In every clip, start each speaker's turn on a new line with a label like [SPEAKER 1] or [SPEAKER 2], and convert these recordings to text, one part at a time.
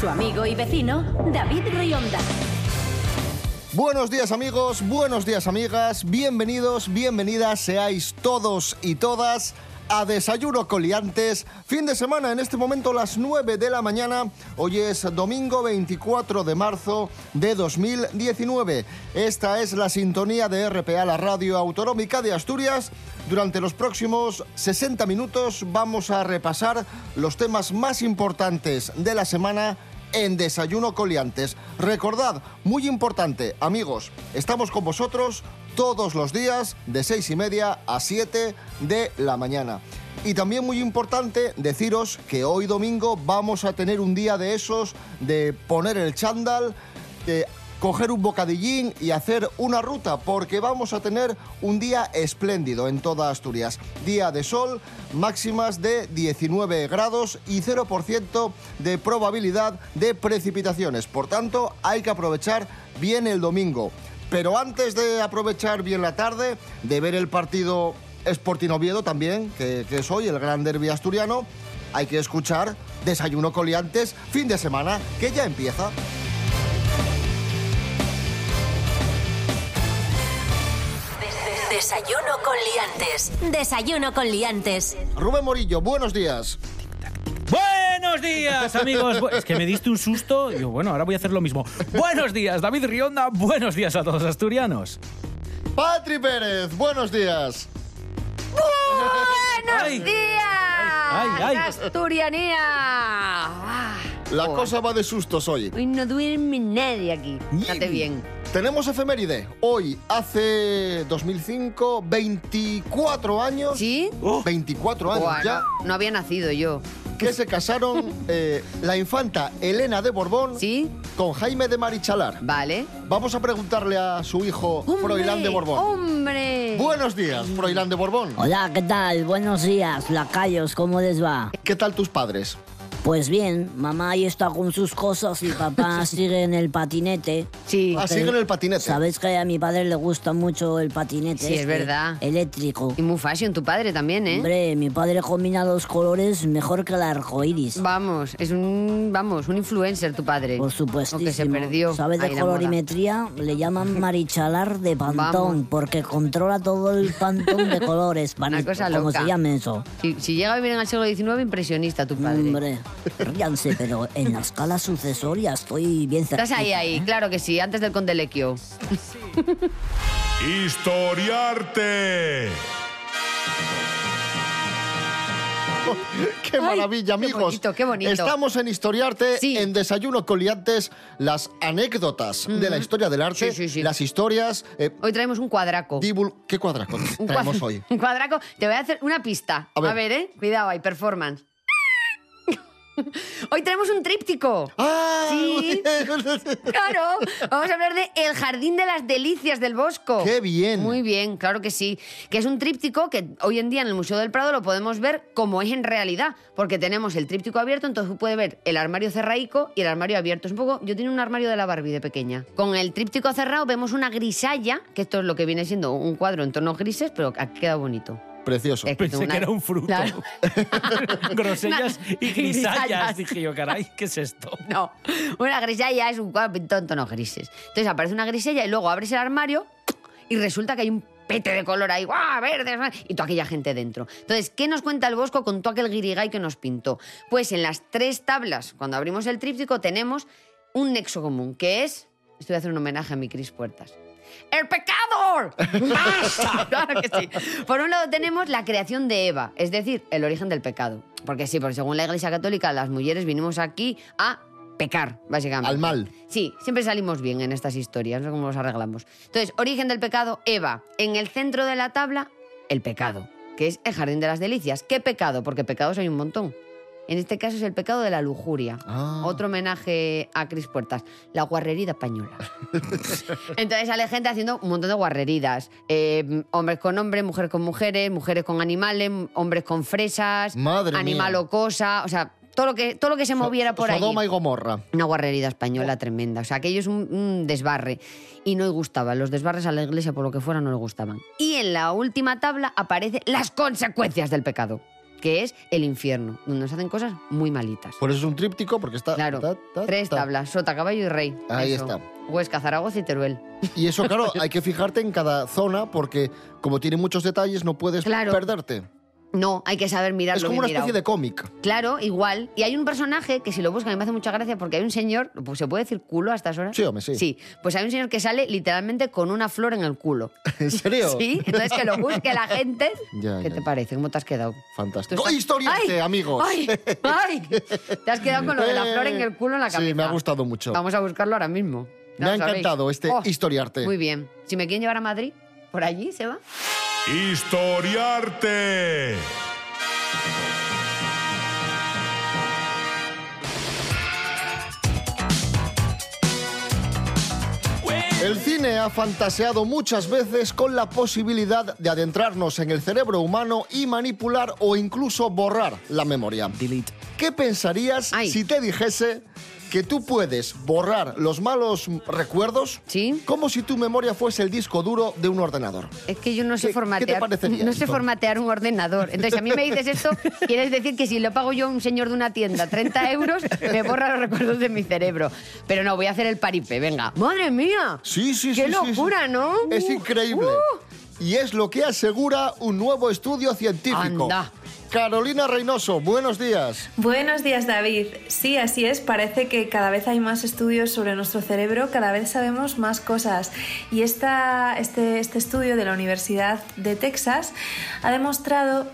[SPEAKER 1] Su amigo y vecino, David Rionda.
[SPEAKER 2] Buenos días amigos, buenos días amigas, bienvenidos, bienvenidas seáis todos y todas a Desayuno Coliantes, fin de semana, en este momento las 9 de la mañana, hoy es domingo 24 de marzo de 2019. Esta es la sintonía de RPA, la radio autonómica de Asturias. Durante los próximos 60 minutos vamos a repasar los temas más importantes de la semana en Desayuno Coliantes. Recordad, muy importante, amigos, estamos con vosotros todos los días de seis y media a 7 de la mañana. Y también muy importante deciros que hoy domingo vamos a tener un día de esos de poner el chándal, de coger un bocadillín y hacer una ruta, porque vamos a tener un día espléndido en toda Asturias. Día de sol, máximas de 19 grados y 0% de probabilidad de precipitaciones. Por tanto, hay que aprovechar bien el domingo. Pero antes de aprovechar bien la tarde, de ver el partido Sporting Oviedo también, que, que es hoy el gran derbi asturiano, hay que escuchar Desayuno Coliantes, fin de semana, que ya empieza.
[SPEAKER 1] Desayuno con Liantes. Desayuno con Liantes.
[SPEAKER 2] Rubén Morillo, buenos días.
[SPEAKER 3] Buenos días, amigos. Bu- Es que me diste un susto. Digo, bueno, ahora voy a hacer lo mismo. Buenos días, David Rionda. Buenos días a todos los asturianos.
[SPEAKER 2] Patri Pérez, buenos días.
[SPEAKER 4] ¡Buenos
[SPEAKER 3] Ay.
[SPEAKER 4] días!
[SPEAKER 3] Ay, ay, ay.
[SPEAKER 4] ¡Asturianía! Ah,
[SPEAKER 2] La cosa va de sustos hoy.
[SPEAKER 4] Hoy no duerme nadie aquí. Fíjate bien.
[SPEAKER 2] Tenemos efeméride. Hoy, hace 2005, 24 años.
[SPEAKER 4] ¿Sí?
[SPEAKER 2] 24 años
[SPEAKER 4] Buah,
[SPEAKER 2] ya.
[SPEAKER 4] no, no había nacido yo.
[SPEAKER 2] Que se casaron eh, la infanta Elena de Borbón
[SPEAKER 4] ¿Sí?
[SPEAKER 2] con Jaime de Marichalar.
[SPEAKER 4] Vale.
[SPEAKER 2] Vamos a preguntarle a su hijo, Froilán de Borbón.
[SPEAKER 4] ¡Hombre!
[SPEAKER 2] Buenos días, Froilán de Borbón.
[SPEAKER 5] Hola, ¿qué tal? Buenos días, lacayos, ¿cómo les va?
[SPEAKER 2] ¿Qué tal tus padres?
[SPEAKER 5] Pues bien, mamá ahí está con sus cosas y papá sigue en el patinete.
[SPEAKER 4] Sí.
[SPEAKER 2] Ah, siguen el patinete.
[SPEAKER 5] Sabéis que a mi padre le gusta mucho el patinete. este
[SPEAKER 4] Sí, es verdad.
[SPEAKER 5] Eléctrico.
[SPEAKER 4] Y muy fashion tu padre también, ¿eh?
[SPEAKER 5] Hombre, mi padre combina los colores mejor que el arco iris.
[SPEAKER 4] Vamos, es un vamos, un influencer tu padre.
[SPEAKER 5] Por supuestísimo.
[SPEAKER 4] Aunque se perdió.
[SPEAKER 5] ¿Sabe
[SPEAKER 4] Ay,
[SPEAKER 5] de
[SPEAKER 4] la moda.
[SPEAKER 5] colorimetría? Le llaman marichalar de pantón,
[SPEAKER 4] Vamos.
[SPEAKER 5] porque controla todo el pantón de colores.
[SPEAKER 4] Una cosa
[SPEAKER 5] Como
[SPEAKER 4] loca.
[SPEAKER 5] se llame eso.
[SPEAKER 4] Si, si llega a vivir en el siglo XIX, impresionista tu padre.
[SPEAKER 5] Hombre, ríanse, pero en la escala sucesoria estoy bien cerca.
[SPEAKER 4] Estás ahí, ahí, claro que sí, antes del Condelequio.
[SPEAKER 6] Historiarte.
[SPEAKER 2] ¡Qué maravilla, amigos!
[SPEAKER 4] bonito, qué bonito.
[SPEAKER 2] Estamos en Historiarte,
[SPEAKER 4] Sí.
[SPEAKER 2] en Desayuno con Liantes, las anécdotas de la historia del arte,
[SPEAKER 4] Sí, sí, sí.
[SPEAKER 2] las historias... eh,
[SPEAKER 4] Hoy traemos un cuadraco.
[SPEAKER 2] divul- ¿Qué cuadraco
[SPEAKER 4] Un cua-
[SPEAKER 2] traemos hoy?
[SPEAKER 4] Un cuadraco. Te voy a hacer una pista.
[SPEAKER 2] A
[SPEAKER 4] A
[SPEAKER 2] ver.
[SPEAKER 4] ver, ¿eh? Cuidado, hay performance. Hoy tenemos un tríptico.
[SPEAKER 2] ¡Ah!
[SPEAKER 4] Sí. Claro. Vamos a hablar de El Jardín de las Delicias del Bosco.
[SPEAKER 2] ¡Qué bien!
[SPEAKER 4] Muy bien, claro que sí. Que es un tríptico que hoy en día en el Museo del Prado lo podemos ver como es en realidad. Porque tenemos el tríptico abierto, entonces puede ver el armario cerraico y el armario abierto. Es un poco. Yo tenía un armario de la Barbie de pequeña. Con el tríptico cerrado vemos una grisalla, que esto es lo que viene siendo un cuadro en tonos grises, pero ha quedado bonito.
[SPEAKER 2] Precioso.
[SPEAKER 4] Es
[SPEAKER 3] Pensé
[SPEAKER 4] una-
[SPEAKER 3] que era un fruto.
[SPEAKER 4] Claro.
[SPEAKER 3] Grosellas y grisallas.
[SPEAKER 4] Grisallas.
[SPEAKER 3] Dije yo, caray, ¿qué es esto?
[SPEAKER 4] No, una grisella es un cuadro pintado en tonos grises. Entonces aparece una grisella y luego abres el armario y resulta que hay un pete de color ahí, ¡guau! Verde, y toda aquella gente dentro. Entonces, ¿qué nos cuenta el Bosco con todo aquel guirigay que nos pintó? Pues en las tres tablas, cuando abrimos el tríptico, tenemos un nexo común, que es. Estoy a hacer un homenaje a mi Cris Puertas. ¡El pecado! ¡Basta! Claro que sí. Por un lado tenemos la creación de Eva, es decir, el origen del pecado. Porque sí, porque según la Iglesia Católica, las mujeres vinimos aquí a pecar, básicamente.
[SPEAKER 2] Al mal.
[SPEAKER 4] Sí, siempre salimos bien en estas historias, no sé cómo nos arreglamos. Entonces, origen del pecado, Eva. En el centro de la tabla, el pecado, que es el jardín de las delicias. ¿Qué pecado? Porque pecados hay un montón. En este caso es el pecado de la lujuria.
[SPEAKER 2] Ah.
[SPEAKER 4] Otro homenaje a Cris Puertas. La guarrerida española. Entonces sale gente haciendo un montón de guarreridas. Eh, hombres con hombres, mujeres con mujeres, mujeres con animales, hombres con fresas,
[SPEAKER 2] Madre mía.
[SPEAKER 4] animal o cosa. O sea, todo lo que, todo lo que se moviera por ahí.
[SPEAKER 2] Sodoma y Gomorra.
[SPEAKER 4] Una guarrerida española tremenda. O sea, aquello es un, un desbarre. Y no le gustaban. Los desbarres a la iglesia, por lo que fuera, no le gustaban. Y en la última tabla aparecen las consecuencias del pecado, que es el infierno, donde nos hacen cosas muy malitas.
[SPEAKER 2] Por eso es un tríptico, porque está...
[SPEAKER 4] Claro,
[SPEAKER 2] ta, ta,
[SPEAKER 4] tres
[SPEAKER 2] ta.
[SPEAKER 4] tablas, sota, caballo y rey.
[SPEAKER 2] Ahí
[SPEAKER 4] Eso.
[SPEAKER 2] está.
[SPEAKER 4] Huesca, Zaragoza y Teruel.
[SPEAKER 2] Y eso, claro, hay que fijarte en cada zona, porque como tiene muchos detalles, no puedes
[SPEAKER 4] Claro.
[SPEAKER 2] perderte.
[SPEAKER 4] No, hay que saber mirarlo
[SPEAKER 2] Es como
[SPEAKER 4] bien
[SPEAKER 2] una especie
[SPEAKER 4] mirado.
[SPEAKER 2] de cómic.
[SPEAKER 4] Claro, igual. Y hay un personaje que si lo buscan me hace mucha gracia porque hay un señor, pues, ¿se puede decir culo a estas horas?
[SPEAKER 2] Sí, hombre, sí.
[SPEAKER 4] Sí, pues hay un señor que sale literalmente con una flor en el culo.
[SPEAKER 2] ¿En serio?
[SPEAKER 4] Sí, entonces que lo busque la gente.
[SPEAKER 2] Ya,
[SPEAKER 4] ¿Qué
[SPEAKER 2] ya,
[SPEAKER 4] te
[SPEAKER 2] ya.
[SPEAKER 4] parece? ¿Cómo te has quedado? Tú
[SPEAKER 2] Fantástico.
[SPEAKER 4] estás-
[SPEAKER 2] ¡Qué historia
[SPEAKER 4] ¡Ay!
[SPEAKER 2] este, amigos!
[SPEAKER 4] ¡Ay! ¡Ay! Te has quedado con lo de la
[SPEAKER 2] Eh,
[SPEAKER 4] flor en el culo en la
[SPEAKER 2] sí,
[SPEAKER 4] cabeza.
[SPEAKER 2] me ha gustado mucho.
[SPEAKER 4] Vamos a buscarlo ahora mismo.
[SPEAKER 2] Me ha
[SPEAKER 4] Ya lo sabéis. Oh.
[SPEAKER 2] encantado este historiarte.
[SPEAKER 4] Muy bien. Si me quieren llevar a Madrid, por allí se va.
[SPEAKER 7] Historiarte.
[SPEAKER 2] El cine ha fantaseado muchas veces con la posibilidad de adentrarnos en el cerebro humano y manipular o incluso borrar la memoria. ¿Qué pensarías
[SPEAKER 4] Ay.
[SPEAKER 2] si te dijese que tú puedes borrar los malos recuerdos
[SPEAKER 4] Sí.
[SPEAKER 2] como si tu memoria fuese el disco duro de un ordenador?
[SPEAKER 4] Es que yo
[SPEAKER 2] ¿Qué-
[SPEAKER 4] no
[SPEAKER 2] qué
[SPEAKER 4] sé
[SPEAKER 2] te
[SPEAKER 4] formatear.
[SPEAKER 2] parecería
[SPEAKER 4] no sé
[SPEAKER 2] esto?
[SPEAKER 4] formatear un ordenador. Entonces, si a mí me dices esto, quieres decir que si lo pago yo a un señor de una tienda 30 euros, me borra los recuerdos de mi cerebro. Pero no, voy a hacer el paripe, venga. ¡Madre mía!
[SPEAKER 2] Sí, sí, sí.
[SPEAKER 4] ¡Qué
[SPEAKER 2] sí, sí.
[SPEAKER 4] locura, ¿no?
[SPEAKER 2] Es
[SPEAKER 4] Uh,
[SPEAKER 2] increíble.
[SPEAKER 4] uh.
[SPEAKER 2] Y es lo que asegura un nuevo estudio científico.
[SPEAKER 4] Anda.
[SPEAKER 2] Carolina Reynoso, buenos días.
[SPEAKER 8] Buenos días, David. Sí, así es. Parece que cada vez hay más estudios sobre nuestro cerebro, cada vez sabemos más cosas. Y esta- este, este estudio de la Universidad de Texas ha demostrado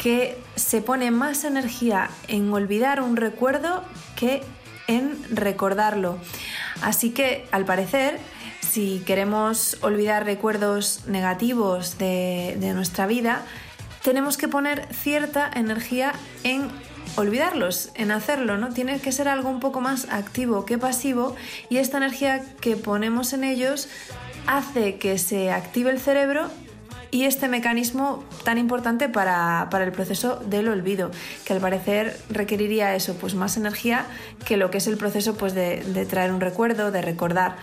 [SPEAKER 8] que se pone más energía en olvidar un recuerdo que en recordarlo. Así que, al parecer, si queremos olvidar recuerdos negativos de, de nuestra vida, tenemos que poner cierta energía en olvidarlos, en hacerlo, ¿no? Tiene que ser algo un poco más activo que pasivo y esta energía que ponemos en ellos hace que se active el cerebro y este mecanismo tan importante para, para el proceso del olvido, que al parecer requeriría eso, pues más energía que lo que es el proceso pues de, de traer un recuerdo, de recordar.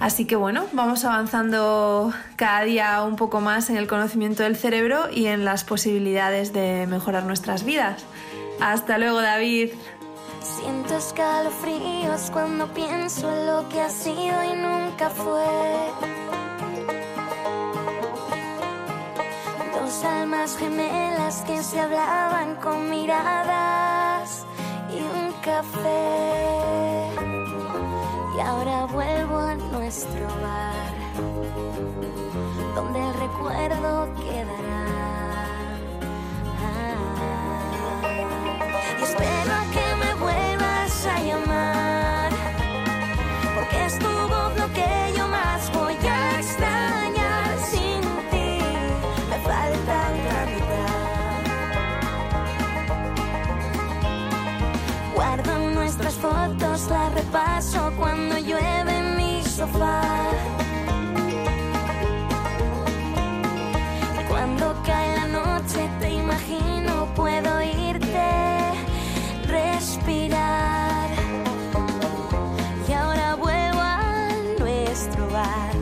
[SPEAKER 8] Así que bueno, vamos avanzando cada día un poco más en el conocimiento del cerebro y en las posibilidades de mejorar nuestras vidas. Hasta luego David.
[SPEAKER 9] Siento escalofríos cuando pienso en lo que ha sido y nunca fue. Dos almas gemelas que se hablaban con miradas y un café. Y ahora vuelvo a nuestro bar, donde el recuerdo quedará. Ah. Y espero a que me vuelvas a llamar, porque es tu voz lo que yo más voy a extrañar. Sin ti me falta la mitad. Guardo nuestras fotos, las repaso cuando llueve en mi sofá. Cuando cae la noche te imagino puedo irte respirar y ahora vuelvo a nuestro bar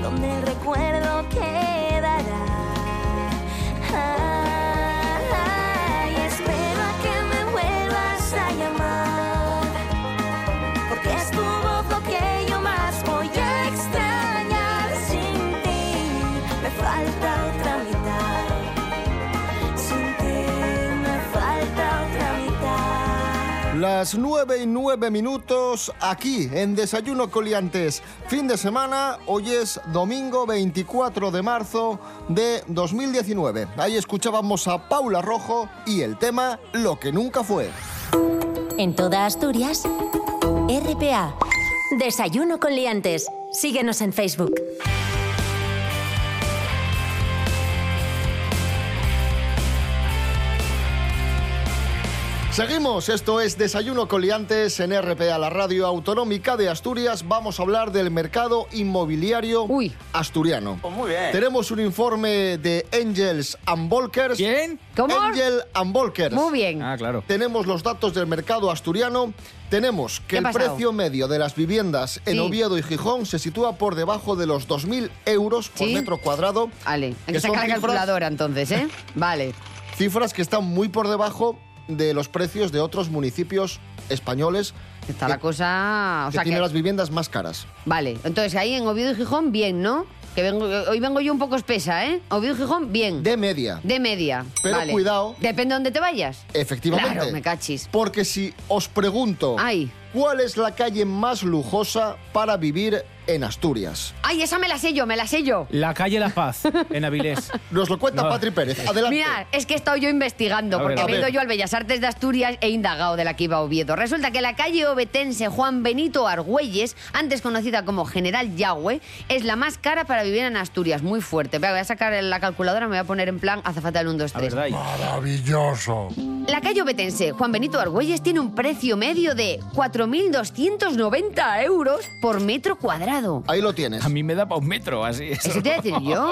[SPEAKER 9] donde el recuerdo quedará y espero a que me vuelvas a llamar porque es tu voz lo que yo más voy a extrañar sin ti. Me falta otra mitad. Sin ti me falta otra mitad.
[SPEAKER 2] Las 9 y 9 minutos aquí en Desayuno Coliantes. Fin de semana, hoy es domingo 24 de marzo de 2019. Ahí escuchábamos a Paula Rojo y el tema Lo que nunca fue.
[SPEAKER 10] En toda Asturias, RPA. Desayuno con liantes. Síguenos en Facebook.
[SPEAKER 2] Seguimos, esto es Desayuno Coliantes en RPA, la radio autonómica de Asturias. Vamos a hablar del mercado inmobiliario
[SPEAKER 4] Uy.
[SPEAKER 2] asturiano. muy bien. Tenemos un informe de Angels and Volkers.
[SPEAKER 3] ¿Quién?
[SPEAKER 4] ¿Cómo?
[SPEAKER 2] Angel and Volkers.
[SPEAKER 4] Muy bien.
[SPEAKER 3] Ah, claro.
[SPEAKER 2] Tenemos los datos del mercado asturiano. Tenemos
[SPEAKER 4] ¿Qué
[SPEAKER 2] que
[SPEAKER 4] ha
[SPEAKER 2] el
[SPEAKER 4] pasado?
[SPEAKER 2] precio medio de las viviendas en
[SPEAKER 4] Sí.
[SPEAKER 2] Oviedo y Gijón se sitúa por debajo de los 2.000 euros por
[SPEAKER 4] Sí.
[SPEAKER 2] metro cuadrado.
[SPEAKER 4] Vale, hay
[SPEAKER 2] que
[SPEAKER 4] que
[SPEAKER 2] son
[SPEAKER 4] sacar la
[SPEAKER 2] cifras-
[SPEAKER 4] calculadora entonces, ¿eh? Vale.
[SPEAKER 2] Cifras que están muy por debajo de los precios de otros municipios españoles
[SPEAKER 4] Está
[SPEAKER 2] que,
[SPEAKER 4] la cosa... O
[SPEAKER 2] que
[SPEAKER 4] sea
[SPEAKER 2] tienen
[SPEAKER 4] que-
[SPEAKER 2] las viviendas más caras.
[SPEAKER 4] Vale, entonces ahí en Oviedo y Gijón, bien, ¿no? Que vengo, hoy vengo yo un poco espesa, ¿eh? Oviedo y Gijón, bien.
[SPEAKER 2] De media,
[SPEAKER 4] De media.
[SPEAKER 2] Pero
[SPEAKER 4] vale.
[SPEAKER 2] cuidado.
[SPEAKER 4] Depende de dónde te vayas.
[SPEAKER 2] efectivamente.
[SPEAKER 4] Claro, me cachis.
[SPEAKER 2] Porque si os pregunto,
[SPEAKER 4] Ay.
[SPEAKER 2] ¿cuál es la calle más lujosa para vivir en Asturias?
[SPEAKER 4] Ay, esa me la sé yo, me la sé yo.
[SPEAKER 3] La calle La Paz, en Avilés.
[SPEAKER 2] Nos lo cuenta
[SPEAKER 3] No.
[SPEAKER 2] Patri Pérez. Adelante.
[SPEAKER 4] Mirad, es que he estado yo investigando,
[SPEAKER 3] A ver,
[SPEAKER 4] porque
[SPEAKER 3] a
[SPEAKER 4] me he ido
[SPEAKER 2] ver.
[SPEAKER 4] yo al Bellas Artes de Asturias e indagado de la que iba a Oviedo. Resulta que la calle obetense Juan Benito Argüelles, antes conocida como General Yagüe, es la más cara para vivir en Asturias, muy fuerte. Vea, Voy a sacar la calculadora, me voy a poner en plan azafata del 1, 2,
[SPEAKER 3] La
[SPEAKER 4] 3.
[SPEAKER 3] verdad. y-
[SPEAKER 6] Maravilloso.
[SPEAKER 4] La calle obetense Juan Benito Argüelles tiene un precio medio de 4.290 euros por metro cuadrado.
[SPEAKER 2] Ahí lo tienes.
[SPEAKER 3] A mí me da pa' un metro, así.
[SPEAKER 4] Eso te voy a decir yo.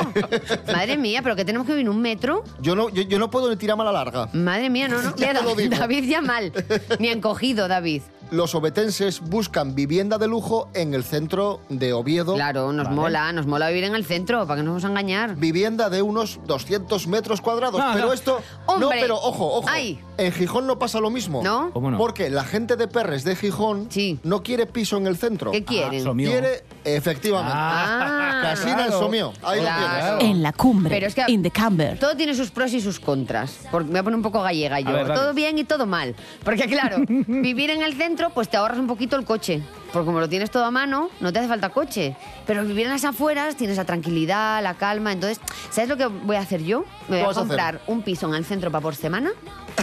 [SPEAKER 4] Madre mía, pero que tenemos que vivir un metro.
[SPEAKER 2] Yo no, yo, yo no puedo ni tirar mala larga.
[SPEAKER 4] Madre mía, no, no.
[SPEAKER 2] Ya
[SPEAKER 4] Ya
[SPEAKER 2] te lo
[SPEAKER 4] David,
[SPEAKER 2] digo.
[SPEAKER 4] ya mal. Ni encogido, David.
[SPEAKER 2] Los obetenses buscan vivienda de lujo en el centro de Oviedo.
[SPEAKER 4] Claro, nos mola, nos mola vivir en el centro, para que no nos vamos a engañar.
[SPEAKER 2] Vivienda de unos 200 metros cuadrados.
[SPEAKER 3] No,
[SPEAKER 2] pero
[SPEAKER 3] no.
[SPEAKER 2] esto. No,
[SPEAKER 4] Hombre.
[SPEAKER 2] pero ojo, ojo.
[SPEAKER 4] Ay.
[SPEAKER 2] En Gijón no pasa lo mismo.
[SPEAKER 4] ¿No?
[SPEAKER 3] ¿Cómo no?
[SPEAKER 2] Porque la gente de Perres de Gijón
[SPEAKER 4] Sí.
[SPEAKER 2] no quiere piso en el centro.
[SPEAKER 4] ¿Qué quieren?
[SPEAKER 3] eso mío.
[SPEAKER 2] Quiere, efectivamente.
[SPEAKER 4] Ah,
[SPEAKER 2] Casina
[SPEAKER 3] Ah, claro.
[SPEAKER 2] en Somío. Ahí lo
[SPEAKER 4] Claro.
[SPEAKER 2] tienes.
[SPEAKER 5] En la cumbre,
[SPEAKER 4] Pero es que-
[SPEAKER 5] in the camber.
[SPEAKER 4] Todo tiene sus pros y sus contras. Porque me voy a poner un poco gallega yo.
[SPEAKER 3] ver, dale.
[SPEAKER 4] todo bien y todo mal. Porque claro, vivir en el centro, pues te ahorras un poquito el coche. Porque como lo tienes todo a mano, no te hace falta coche. Pero vivir en las afueras tienes la tranquilidad, la calma. Entonces, ¿sabes lo que voy a hacer yo? Me
[SPEAKER 2] ¿Qué
[SPEAKER 4] voy a
[SPEAKER 2] vas a hacer?
[SPEAKER 4] comprar un piso en el centro para por semana.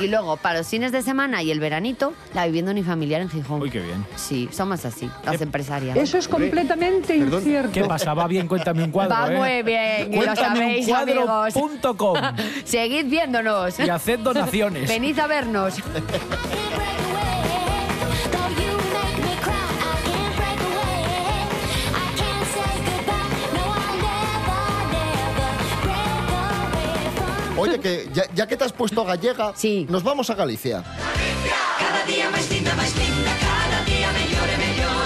[SPEAKER 4] Y luego, para los fines de semana y el veranito, la vivienda unifamiliar en Gijón.
[SPEAKER 3] Uy, qué bien.
[SPEAKER 4] Sí, somos así, las empresarias.
[SPEAKER 11] es completamente incierto.
[SPEAKER 3] ¿Qué pasa? Va bien, cuéntame un cuadro.
[SPEAKER 4] Va
[SPEAKER 3] ¿eh?
[SPEAKER 4] muy bien, y lo
[SPEAKER 3] Cuéntame
[SPEAKER 4] sabéis,
[SPEAKER 3] un cuadro
[SPEAKER 4] amigos.
[SPEAKER 3] punto com
[SPEAKER 4] Seguid viéndonos.
[SPEAKER 3] y haced donaciones.
[SPEAKER 4] Venid a vernos.
[SPEAKER 2] Oye, que ya, ya que te has puesto gallega,
[SPEAKER 4] Sí.
[SPEAKER 2] nos vamos a Galicia.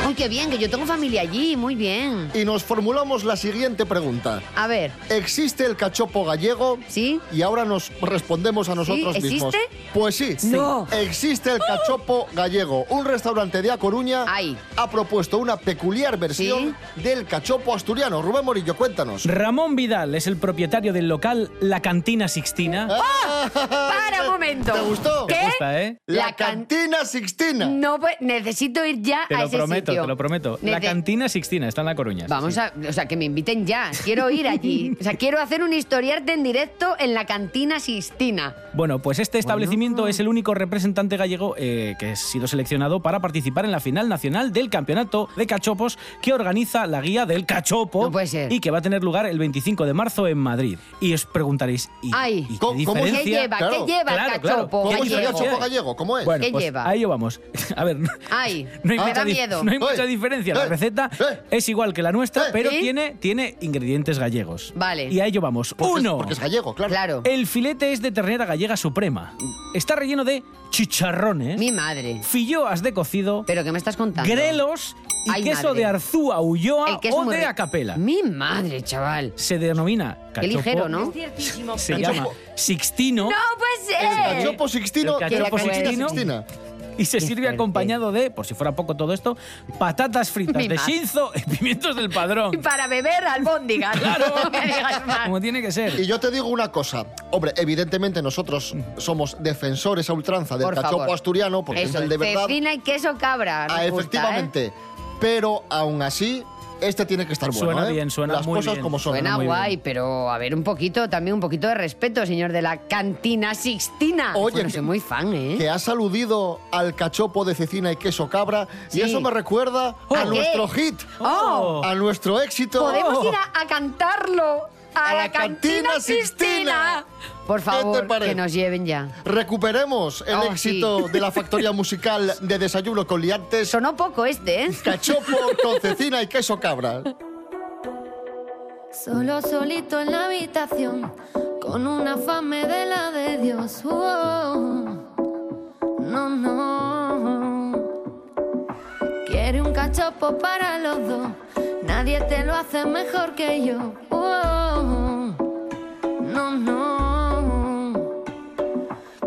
[SPEAKER 4] Uy, qué bien, que yo tengo familia allí, muy bien.
[SPEAKER 2] Y nos formulamos la siguiente pregunta.
[SPEAKER 4] A ver,
[SPEAKER 2] ¿Existe el cachopo gallego?
[SPEAKER 4] ¿sí?
[SPEAKER 2] Y ahora nos respondemos a nosotros
[SPEAKER 4] ¿Sí?
[SPEAKER 2] mismos.
[SPEAKER 4] ¿Existe? ¡Oh!
[SPEAKER 2] Pues sí.
[SPEAKER 5] No.
[SPEAKER 2] Existe el cachopo gallego. Un restaurante de A Coruña
[SPEAKER 4] Ay.
[SPEAKER 2] ha propuesto una peculiar versión del cachopo asturiano. Rubén Morillo, cuéntanos.
[SPEAKER 3] Ramón Vidal es el propietario del local La Cantina Sixtina.
[SPEAKER 4] ¡Oh! Para un momento.
[SPEAKER 2] ¿Te gustó?
[SPEAKER 3] Te
[SPEAKER 4] ¿Qué?
[SPEAKER 3] gusta, ¿eh?
[SPEAKER 2] La,
[SPEAKER 4] La can-
[SPEAKER 2] cantina sixtina.
[SPEAKER 4] No, pues necesito ir ya
[SPEAKER 3] Te
[SPEAKER 4] a
[SPEAKER 3] lo
[SPEAKER 4] ese
[SPEAKER 3] prometo,
[SPEAKER 4] sitio.
[SPEAKER 3] te lo prometo. La
[SPEAKER 4] Nece-
[SPEAKER 3] Cantina Sixtina está en La Coruña. sí,
[SPEAKER 4] Vamos
[SPEAKER 3] sí.
[SPEAKER 4] a, o sea, que me inviten ya. Quiero ir allí. O sea, quiero hacer un historiarte en directo en la cantina Sistina.
[SPEAKER 3] Bueno, pues este establecimiento es el único representante gallego eh, que ha sido seleccionado para participar en la final nacional del campeonato de cachopos que organiza la guía del cachopo
[SPEAKER 4] No puede ser.
[SPEAKER 3] y que va a tener lugar el 25 de marzo en Madrid. Y os preguntaréis, ¿y,
[SPEAKER 4] Ay.
[SPEAKER 3] ¿y
[SPEAKER 2] ¿Cómo-
[SPEAKER 3] qué
[SPEAKER 2] cómo-
[SPEAKER 4] ¿Qué
[SPEAKER 3] diferencia?
[SPEAKER 4] lleva?
[SPEAKER 2] claro,
[SPEAKER 4] ¿Qué lleva
[SPEAKER 3] claro,
[SPEAKER 4] el
[SPEAKER 3] claro.
[SPEAKER 4] cachopo?
[SPEAKER 2] ¿Cómo es el
[SPEAKER 4] gallego?
[SPEAKER 2] cachopo gallego? ¿Cómo es?
[SPEAKER 3] Bueno,
[SPEAKER 4] ¿Qué
[SPEAKER 3] pues
[SPEAKER 4] lleva?
[SPEAKER 3] a ello vamos. A ver,
[SPEAKER 4] Ay,
[SPEAKER 3] no hay,
[SPEAKER 4] me
[SPEAKER 3] mucha,
[SPEAKER 4] da
[SPEAKER 3] di-
[SPEAKER 4] miedo.
[SPEAKER 3] no hay mucha
[SPEAKER 2] Eh,
[SPEAKER 3] diferencia. La
[SPEAKER 2] eh,
[SPEAKER 3] receta
[SPEAKER 2] eh.
[SPEAKER 3] es igual que la nuestra,
[SPEAKER 2] Eh.
[SPEAKER 3] pero
[SPEAKER 4] ¿Sí?
[SPEAKER 3] tiene, tiene ingredientes gallegos.
[SPEAKER 4] Vale.
[SPEAKER 3] Y a ello vamos.
[SPEAKER 2] Porque es-
[SPEAKER 3] Uno.
[SPEAKER 2] Porque es gallego, claro.
[SPEAKER 4] Claro.
[SPEAKER 3] El filete es de ternera gallega suprema. Está relleno de chicharrones,
[SPEAKER 4] Mi madre.
[SPEAKER 3] filloas de cocido,
[SPEAKER 4] ¿Pero qué me estás contando?
[SPEAKER 3] grelos y
[SPEAKER 4] Ay,
[SPEAKER 3] queso
[SPEAKER 4] madre.
[SPEAKER 3] de Arzúa, Ulloa
[SPEAKER 4] El queso
[SPEAKER 3] o
[SPEAKER 4] muy
[SPEAKER 3] de
[SPEAKER 4] rico.
[SPEAKER 3] Acapela.
[SPEAKER 4] Mi madre, chaval.
[SPEAKER 3] Se denomina
[SPEAKER 4] Qué
[SPEAKER 3] cachopo,
[SPEAKER 4] ligero, ¿no?
[SPEAKER 3] Se
[SPEAKER 2] Cachopo.
[SPEAKER 3] llama sixtino
[SPEAKER 4] ¡No puede
[SPEAKER 2] El
[SPEAKER 4] ser!
[SPEAKER 2] cachopo sixtino
[SPEAKER 3] El
[SPEAKER 2] de la
[SPEAKER 3] cachopo
[SPEAKER 2] cantina
[SPEAKER 3] sixtino.
[SPEAKER 2] sixtina.
[SPEAKER 3] y se
[SPEAKER 4] Qué
[SPEAKER 3] sirve
[SPEAKER 4] fuerte.
[SPEAKER 3] acompañado de, por si fuera poco todo esto, patatas fritas
[SPEAKER 4] Mi
[SPEAKER 3] de
[SPEAKER 4] madre.
[SPEAKER 3] shinzo y pimientos del
[SPEAKER 4] Y
[SPEAKER 3] padrón.
[SPEAKER 4] para beber albóndigas. No me digas más.
[SPEAKER 3] Como tiene que ser. Mm.
[SPEAKER 2] Y yo te digo una cosa. Hombre, evidentemente nosotros somos defensores a ultranza del
[SPEAKER 4] Por
[SPEAKER 2] cachopo
[SPEAKER 4] favor.
[SPEAKER 2] asturiano, porque
[SPEAKER 4] Eso,
[SPEAKER 2] es el de verdad.
[SPEAKER 4] Cecina y queso cabra. nos
[SPEAKER 2] Ah,
[SPEAKER 4] gusta, ¿eh?
[SPEAKER 2] efectivamente. Pero aún así, este tiene que estar bueno.
[SPEAKER 3] Suena
[SPEAKER 2] ¿eh?
[SPEAKER 3] bien, suena
[SPEAKER 2] Las
[SPEAKER 3] muy
[SPEAKER 2] cosas
[SPEAKER 3] bien.
[SPEAKER 2] como son.
[SPEAKER 4] Suena
[SPEAKER 3] muy
[SPEAKER 4] guay,
[SPEAKER 3] bien.
[SPEAKER 4] pero a ver, un poquito, también un poquito de respeto, señor de la cantina Sixtina.
[SPEAKER 2] Oye,
[SPEAKER 4] Bueno,
[SPEAKER 2] Ah, que-
[SPEAKER 4] soy muy fan, ¿eh?
[SPEAKER 2] Que has aludido al cachopo de cecina y queso cabra, y
[SPEAKER 4] Sí.
[SPEAKER 2] eso me recuerda
[SPEAKER 4] ¿A
[SPEAKER 2] a
[SPEAKER 4] qué?
[SPEAKER 2] nuestro hit,
[SPEAKER 4] ¡Oh!
[SPEAKER 3] Oh.
[SPEAKER 2] a nuestro éxito.
[SPEAKER 4] ¡Podemos ir a, a cantarlo! a la
[SPEAKER 2] Cantina Sixtina.
[SPEAKER 4] Por favor,
[SPEAKER 2] parece?
[SPEAKER 4] que nos lleven ya.
[SPEAKER 2] Recuperemos el
[SPEAKER 4] Oh,
[SPEAKER 2] éxito
[SPEAKER 4] sí.
[SPEAKER 2] de la factoría musical de Desayuno con Liantes.
[SPEAKER 4] Sonó poco este, ¿eh?
[SPEAKER 2] Cachopo con cecina y queso cabra.
[SPEAKER 12] Solo solito en la habitación, con una fame de la de Dios. Oh, no, no. Quiere un cachopo para los dos, nadie te lo hace mejor que yo. Oh, no, no.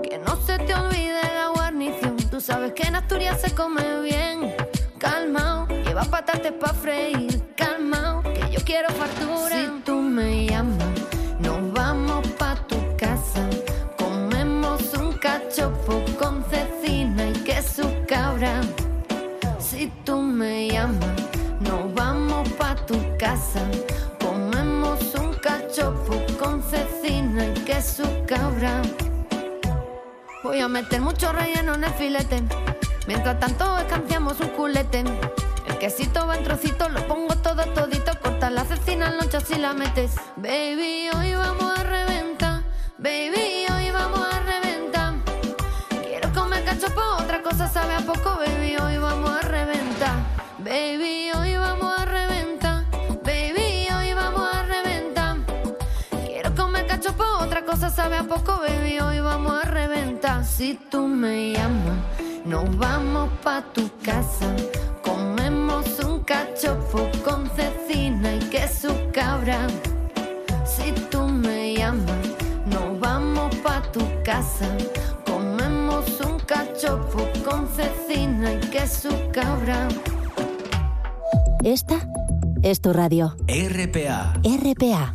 [SPEAKER 12] Que no se te olvide la guarnición, tú sabes que en Asturias se come bien. Calmao, lleva patates pa' freír. Calmao, que yo quiero fartura. Si tú me llamas, nos vamos pa' tu casa. Comemos un cachopo con cecina y queso cabra. Si tú me llamas, nos vamos pa' tu casa. Comemos un cachopo con cecina y queso cabra. Voy a meter mucho relleno en el filete. Mientras tanto escanciamos un culete. El quesito va en trocitos, lo pongo todo todito. Corta la cecina en lonchas y la metes. Baby, hoy vamos a reventar. Baby, hoy vamos a reventar. Quiero comer cachopo, otra cosa sabe a poco. Baby, hoy vamos a reventar. Baby, hoy vamos a reventar. Baby, hoy vamos a reventar. Quiero comer cachopo, otra cosa sabe a poco, baby, hoy vamos a reventar. Si tú me llamas, nos vamos pa' tu casa. Comemos un cachopo con cecina y queso cabra. Si tú me llamas, nos vamos pa' tu casa. Comemos un cachopo con cecina y queso cabra.
[SPEAKER 10] Esta es tu radio.
[SPEAKER 13] RPA.
[SPEAKER 10] RPA.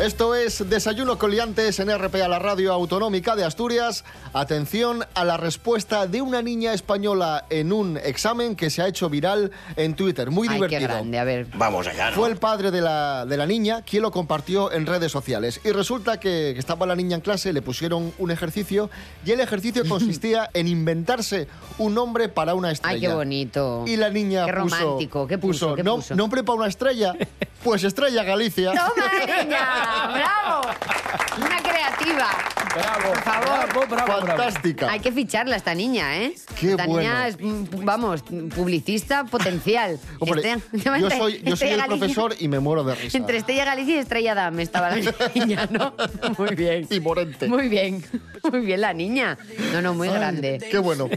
[SPEAKER 2] Esto es Desayuno con Liantes en RPA, la radio autonómica de Asturias. Atención a la respuesta de una niña española en un examen que se ha hecho viral en Twitter. Muy
[SPEAKER 4] Ay, qué
[SPEAKER 2] divertido.
[SPEAKER 4] grande, a ver.
[SPEAKER 13] Vamos allá,
[SPEAKER 2] Fue el padre de la, de la niña quien lo compartió en redes sociales. Y resulta que, que estaba la niña en clase, le pusieron un ejercicio y el ejercicio consistía en inventarse un nombre para una estrella.
[SPEAKER 4] Ay, qué bonito.
[SPEAKER 2] Y la niña
[SPEAKER 4] Qué
[SPEAKER 2] puso-
[SPEAKER 4] romántico, ¿qué puso, qué
[SPEAKER 2] "No-
[SPEAKER 4] puso?"
[SPEAKER 2] nombre para una estrella. Pues Estrella Galicia.
[SPEAKER 4] ¡Toma, niña! ¡Bravo! Una creativa.
[SPEAKER 3] Bravo,
[SPEAKER 4] Por favor.
[SPEAKER 2] Fantástica.
[SPEAKER 4] Hay que ficharla esta niña, ¿eh?
[SPEAKER 2] Qué
[SPEAKER 4] esta
[SPEAKER 2] bueno.
[SPEAKER 4] niña es, mm, vamos, publicista potencial.
[SPEAKER 2] Hombre,
[SPEAKER 4] Estrella-
[SPEAKER 2] yo soy, yo soy
[SPEAKER 4] Estrella
[SPEAKER 2] el
[SPEAKER 4] Galicia.
[SPEAKER 2] profesor y me muero de risa.
[SPEAKER 4] Entre Estrella Galicia y Estrella Dame estaba la niña, ¿no? Muy bien.
[SPEAKER 2] Y Morente.
[SPEAKER 4] Muy bien. Muy bien la niña. No, no, muy
[SPEAKER 2] Ay,
[SPEAKER 4] grande.
[SPEAKER 2] Qué bueno.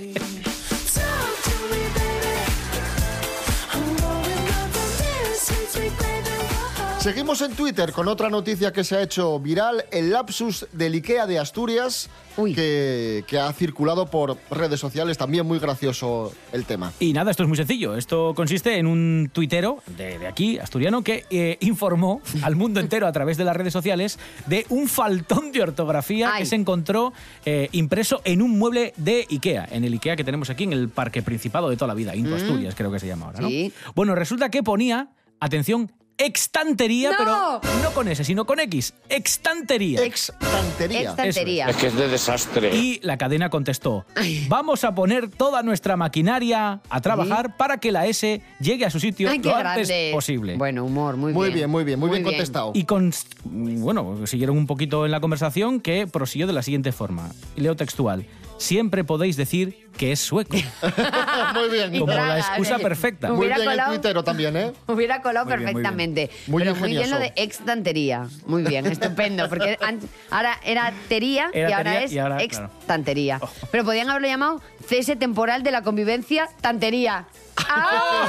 [SPEAKER 2] Seguimos en Twitter con otra noticia que se ha hecho viral, el lapsus del IKEA de Asturias, que, que ha circulado por redes sociales, también muy gracioso el tema.
[SPEAKER 3] Y nada, esto es muy sencillo. Esto consiste en un tuitero de, de aquí, asturiano, que eh, informó al mundo entero a través de las redes sociales de un faltón de ortografía que se encontró eh, impreso en un mueble de IKEA, en el IKEA que tenemos aquí en el Parque Principado de toda la vida, Into
[SPEAKER 4] Mm.
[SPEAKER 3] Asturias creo que se llama ahora, ¿no?
[SPEAKER 4] Sí.
[SPEAKER 3] Bueno, resulta que ponía, atención, extantería,
[SPEAKER 4] ¡No!
[SPEAKER 3] pero no con S, sino con X, extantería.
[SPEAKER 2] Extantería.
[SPEAKER 4] Extantería. Es que
[SPEAKER 3] es de desastre. Y la cadena contestó, vamos a poner toda nuestra maquinaria a trabajar para que la S llegue a su sitio
[SPEAKER 4] Ay, qué
[SPEAKER 3] lo antes
[SPEAKER 4] grande.
[SPEAKER 3] posible.
[SPEAKER 4] Bueno, humor, muy,
[SPEAKER 2] Muy bien, muy bien, muy, bien, contestado.
[SPEAKER 3] Y con, bueno, siguieron un poquito en la conversación que prosiguió de la siguiente forma. Leo textual. Siempre podéis decir que es sueco.
[SPEAKER 2] muy bien.
[SPEAKER 3] Como la
[SPEAKER 4] traga,
[SPEAKER 3] excusa
[SPEAKER 4] oye.
[SPEAKER 3] perfecta.
[SPEAKER 2] Muy
[SPEAKER 4] Hubiera
[SPEAKER 2] bien el
[SPEAKER 4] colado.
[SPEAKER 2] tuitero también, ¿eh?
[SPEAKER 4] Hubiera colado
[SPEAKER 3] Muy bien, muy bien.
[SPEAKER 4] perfectamente.
[SPEAKER 2] Muy
[SPEAKER 4] pero muy bien
[SPEAKER 2] ingenioso.
[SPEAKER 4] lo de extantería. Muy bien, estupendo. Porque an- ahora era tería y
[SPEAKER 3] Era
[SPEAKER 4] ahora
[SPEAKER 3] tería
[SPEAKER 4] es
[SPEAKER 3] y ahora, claro. Oh.
[SPEAKER 4] extantería. Pero podían haberlo llamado cese temporal de la convivencia tantería. ¡Ah!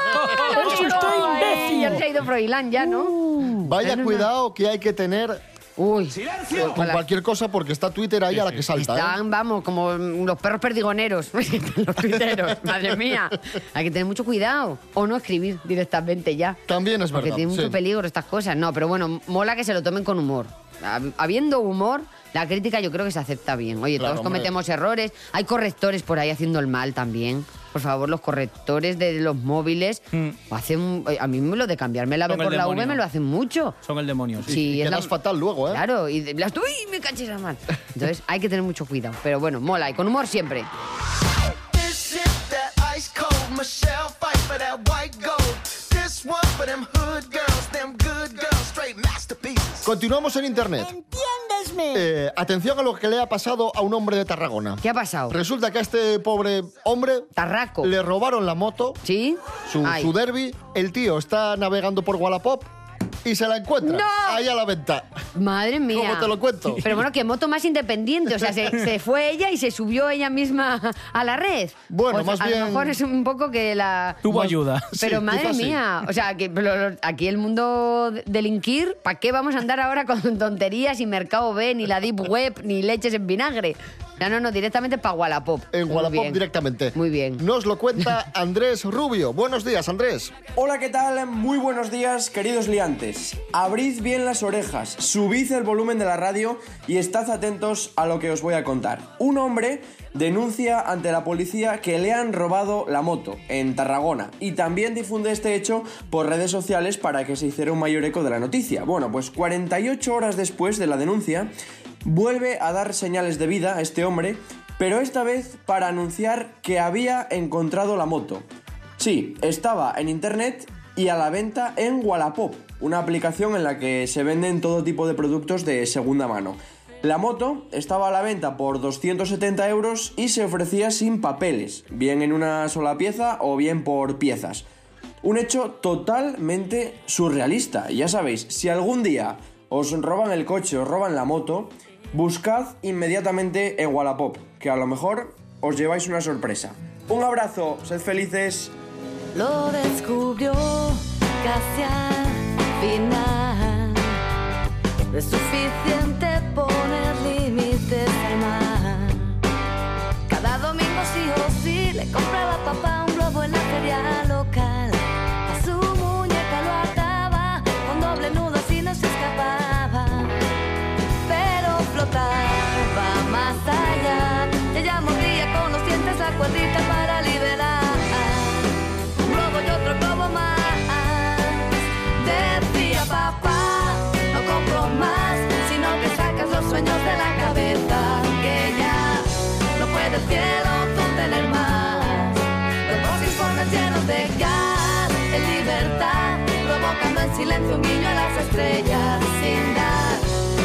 [SPEAKER 4] lo
[SPEAKER 12] ¡Eso
[SPEAKER 4] digo,
[SPEAKER 12] está
[SPEAKER 4] eh!
[SPEAKER 12] imbécil!
[SPEAKER 4] Ya nos ha ido Froilán, ya, ¿no?
[SPEAKER 3] Uh,
[SPEAKER 2] Vaya cuidado que hay que tener
[SPEAKER 4] Uy.
[SPEAKER 2] con con cualquier cosa porque está Twitter ahí a la que salta. ¿eh?
[SPEAKER 4] Están, vamos, como los perros perdigoneros. los tuiteros, madre mía. Hay que tener mucho cuidado. O no escribir directamente ya.
[SPEAKER 2] También es
[SPEAKER 4] Porque
[SPEAKER 2] verdad.
[SPEAKER 4] tiene mucho
[SPEAKER 2] sí.
[SPEAKER 4] peligro estas cosas. No, pero bueno, mola que se lo tomen con humor. Hab- Habiendo humor, la crítica yo creo que se acepta bien. Oye,
[SPEAKER 2] Claro,
[SPEAKER 4] todos
[SPEAKER 2] hombre.
[SPEAKER 4] cometemos errores. Hay correctores por ahí haciendo el mal también. por favor, los correctores de los móviles.
[SPEAKER 2] Mm.
[SPEAKER 4] Hacen, eh, a mí lo de cambiarme la B
[SPEAKER 3] Son el
[SPEAKER 4] por la V
[SPEAKER 3] demonio.
[SPEAKER 4] me lo hacen mucho.
[SPEAKER 3] Son el demonio. sí.
[SPEAKER 4] Sí, es la-
[SPEAKER 2] fatal luego, ¿eh?
[SPEAKER 4] Claro, y de- las uy, me caché la mano. Entonces hay que tener mucho cuidado. Pero bueno, mola y con humor siempre.
[SPEAKER 14] This is that ice cold Michelle fight for that white gold. This one for them hood girls, them good girls, straight masterpieces.
[SPEAKER 2] Continuamos en internet.
[SPEAKER 14] Entiéndesme.
[SPEAKER 2] Eh, atención a lo que le ha pasado a un hombre de Tarragona.
[SPEAKER 4] ¿Qué ha pasado?
[SPEAKER 2] Resulta que a este pobre hombre.
[SPEAKER 4] Tarraco.
[SPEAKER 2] Le robaron la moto.
[SPEAKER 4] Sí.
[SPEAKER 2] Su,
[SPEAKER 4] Ay.
[SPEAKER 2] su derby. El tío está navegando por Wallapop y se la encuentra.
[SPEAKER 4] ¡No!
[SPEAKER 2] Ahí a la venta.
[SPEAKER 4] Madre mía.
[SPEAKER 2] ¿Cómo te lo cuento?
[SPEAKER 4] Pero bueno, que moto más independiente. O sea, se, se fue ella y se subió ella misma a la red.
[SPEAKER 2] Bueno,
[SPEAKER 4] Pues
[SPEAKER 2] más
[SPEAKER 4] a
[SPEAKER 2] bien-
[SPEAKER 4] lo mejor es un poco que la...
[SPEAKER 3] Tuvo ayuda.
[SPEAKER 4] Pero
[SPEAKER 2] Sí,
[SPEAKER 4] madre
[SPEAKER 2] quizás sí.
[SPEAKER 4] mía, o sea, que lo- lo- aquí el mundo de- delinquir, ¿para qué vamos a andar ahora con tonterías y Mercado B, ni la Deep Web, ni leches en vinagre? No, no, no, directamente para Wallapop.
[SPEAKER 2] En
[SPEAKER 4] Muy
[SPEAKER 2] Wallapop
[SPEAKER 4] bien.
[SPEAKER 2] directamente.
[SPEAKER 4] Muy bien.
[SPEAKER 2] Nos lo cuenta Andrés Rubio. Buenos días, Andrés.
[SPEAKER 15] Hola, ¿qué tal? Muy buenos días, queridos liantes. Abrid bien las orejas, subid el volumen de la radio y estad atentos a lo que os voy a contar. Un hombre denuncia ante la policía que le han robado la moto en Tarragona y también difunde este hecho por redes sociales para que se hiciera un mayor eco de la noticia. Bueno, pues 48 horas después de la denuncia, vuelve a dar señales de vida a este hombre, pero esta vez para anunciar que había encontrado la moto. Sí, estaba en internet y a la venta en Wallapop, una aplicación en la que se venden todo tipo de productos de segunda mano. La moto estaba a la venta por 270 euros y se ofrecía sin papeles, bien en una sola pieza o bien por piezas. Un hecho totalmente surrealista. Ya sabéis, si algún día os roban el coche, os roban la moto, buscad inmediatamente en Wallapop, que a lo mejor os lleváis una sorpresa. Un abrazo, sed felices.
[SPEAKER 16] Lo descubrió casi al final. No es suficiente poner límites al mar. Cada domingo sí o sí le compraba a papá un globo en la feria local. A su muñeca lo ataba con doble nudo así no se escapaba. Pero flotaba más allá. Ella mordía con los dientes la cuerdita para liberar un globo y otro globo más. Decía papá, no compro más, sino que sacas los sueños de la cabeza. Que ya no puede el cielo contener más. Los dos informes llenos de gas, en libertad, provocando en silencio un guiño a las estrellas. Sin dar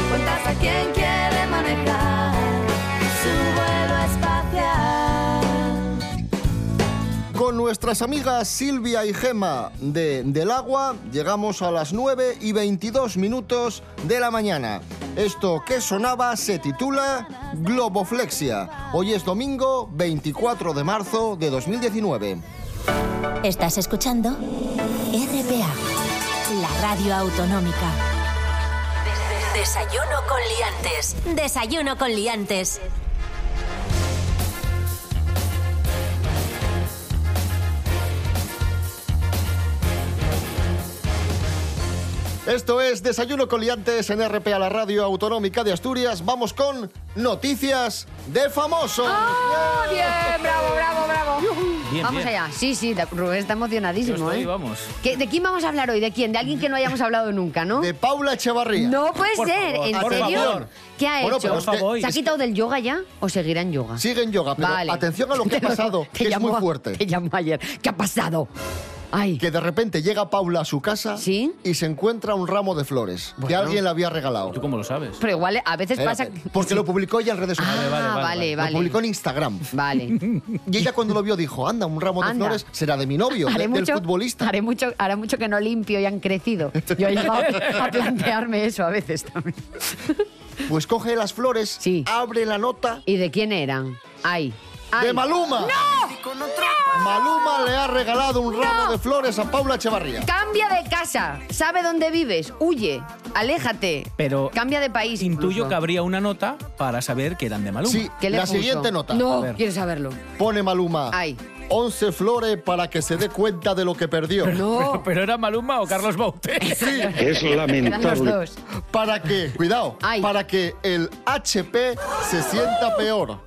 [SPEAKER 16] cuentas a quien quiere manejar su vuelo espacial.
[SPEAKER 2] Con nuestras amigas Silvia y Gema de Del Agua llegamos a las 9 y 22 minutos de la mañana. Esto que sonaba se titula Globoflexia. Hoy es domingo 24 de marzo de 2019.
[SPEAKER 10] Estás escuchando RPA, la radio autonómica.
[SPEAKER 8] Desayuno con liantes.
[SPEAKER 10] Desayuno con liantes.
[SPEAKER 2] Esto es Desayuno con Liantes en RPA, la radio autonómica de Asturias. Vamos con noticias de famoso.
[SPEAKER 4] ¡Ah, bien! ¡Bravo, bravo, bravo!
[SPEAKER 2] Bien,
[SPEAKER 4] vamos
[SPEAKER 2] bien.
[SPEAKER 4] allá. Sí, sí, da- Rubén está emocionadísimo,
[SPEAKER 3] Yo estoy,
[SPEAKER 4] ¿eh?
[SPEAKER 3] vamos.
[SPEAKER 4] ¿Qué- ¿De quién vamos a hablar hoy? ¿De quién? De alguien que no hayamos hablado nunca, ¿no?
[SPEAKER 2] De Paula Echevarría.
[SPEAKER 4] No puede
[SPEAKER 2] Por
[SPEAKER 4] ser,
[SPEAKER 2] favor,
[SPEAKER 4] ¿en
[SPEAKER 2] por
[SPEAKER 4] serio?
[SPEAKER 2] favor.
[SPEAKER 4] ¿Qué ha
[SPEAKER 2] Bueno,
[SPEAKER 4] hecho?
[SPEAKER 2] pero es que-
[SPEAKER 4] ¿Se ha
[SPEAKER 2] es que-
[SPEAKER 4] quitado del yoga ya o seguirá en yoga?
[SPEAKER 2] Sigue en yoga, pero
[SPEAKER 4] Vale.
[SPEAKER 2] atención a lo que ha pasado,
[SPEAKER 4] Te
[SPEAKER 2] que es
[SPEAKER 4] llamó
[SPEAKER 2] muy
[SPEAKER 4] a-
[SPEAKER 2] fuerte.
[SPEAKER 4] Te llamó ayer. ¿Qué ha pasado? Ay.
[SPEAKER 2] Que de repente llega Paula a su casa y se encuentra un ramo de flores que alguien le había regalado. ¿Tú
[SPEAKER 3] cómo lo sabes?
[SPEAKER 4] Pero igual eh, a veces pasa...
[SPEAKER 2] Porque lo publicó ella en redes sociales.
[SPEAKER 4] vale, vale, vale, vale.
[SPEAKER 2] Lo publicó en Instagram.
[SPEAKER 4] Vale.
[SPEAKER 2] Y ella cuando lo vio dijo, anda, un ramo de
[SPEAKER 4] Anda.
[SPEAKER 2] flores será de mi novio, de-
[SPEAKER 4] Haré
[SPEAKER 2] del
[SPEAKER 4] mucho,
[SPEAKER 2] futbolista.
[SPEAKER 4] haré mucho, hará mucho que no limpio y han crecido. Yo he llegado a plantearme eso a veces también.
[SPEAKER 2] Pues coge las flores, abre la nota.
[SPEAKER 4] ¿Y de quién eran? Ay. ay.
[SPEAKER 2] ¡De Maluma!
[SPEAKER 4] ¡No!
[SPEAKER 2] Maluma le ha regalado un ramo de flores a Paula Echevarría.
[SPEAKER 4] Cambia de casa, sabe dónde vives, huye, aléjate,
[SPEAKER 3] Pero
[SPEAKER 4] cambia de país.
[SPEAKER 3] intuyo
[SPEAKER 4] incluso.
[SPEAKER 3] que habría una nota para saber que eran de Maluma.
[SPEAKER 2] Sí,
[SPEAKER 4] ¿Qué le
[SPEAKER 2] la
[SPEAKER 4] puso?
[SPEAKER 2] siguiente nota.
[SPEAKER 4] No, quiero saberlo.
[SPEAKER 2] Pone Maluma. 11 flores para que se dé cuenta de lo que perdió.
[SPEAKER 3] Pero, pero era Maluma o Carlos Baute.
[SPEAKER 2] Sí.
[SPEAKER 3] Es
[SPEAKER 2] Para que, cuidado, para que el HP se sienta peor.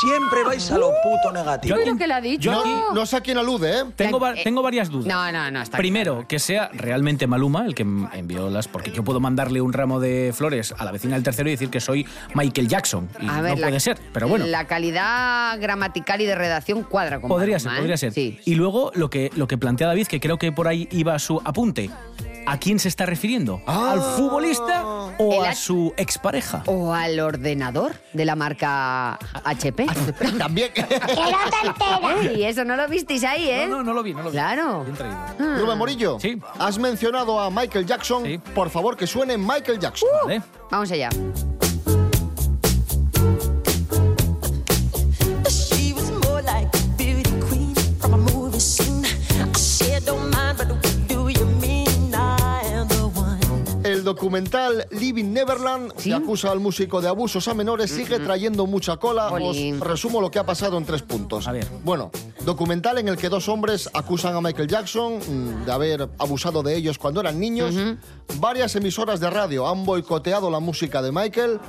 [SPEAKER 17] Siempre vais a lo puto negativo.
[SPEAKER 11] Mira que le ha dicho.
[SPEAKER 3] yo aquí-
[SPEAKER 2] No sé a quién alude, ¿eh?
[SPEAKER 3] Tengo, va- tengo varias dudas.
[SPEAKER 4] No, no, no, está
[SPEAKER 3] Primero, que sea realmente Maluma el que m- envió las... Porque yo puedo mandarle un ramo de flores a la vecina del tercero y decir que soy Michael Jackson. Y
[SPEAKER 4] A ver,
[SPEAKER 3] no
[SPEAKER 4] la-
[SPEAKER 3] puede ser, pero bueno.
[SPEAKER 4] La calidad gramatical y de redacción cuadra con
[SPEAKER 3] Podría ser,
[SPEAKER 4] Maluma, ¿eh?
[SPEAKER 3] podría ser. Y luego lo que, lo que plantea David, que creo que por ahí iba su apunte. ¿A quién se está refiriendo?
[SPEAKER 4] Ah.
[SPEAKER 3] ¿Al
[SPEAKER 2] Ah.
[SPEAKER 3] futbolista o a su expareja?
[SPEAKER 4] O al ordenador de la marca HP.
[SPEAKER 3] Ah,
[SPEAKER 2] También.
[SPEAKER 4] Y eso no lo visteis ahí, ¿eh?
[SPEAKER 3] No, no, no lo vi, no lo vi.
[SPEAKER 4] Claro.
[SPEAKER 2] Rubén Morillo, has mencionado a Michael Jackson. Por favor, que suene Michael Jackson.
[SPEAKER 4] Vamos allá.
[SPEAKER 12] She was more like a beauty queen from a movie scene. I said, don't mind, but what do you mean? I am the one.
[SPEAKER 2] El documental Living Neverland, que acusa al músico de abusos a menores, sigue trayendo mucha cola.
[SPEAKER 4] Jolín.
[SPEAKER 2] Os resumo lo que ha pasado en tres puntos. A ver. Bueno, documental en el que dos hombres acusan a Michael Jackson mm, de haber abusado de ellos cuando eran niños. Varias emisoras de radio han boicoteado la música de Michael.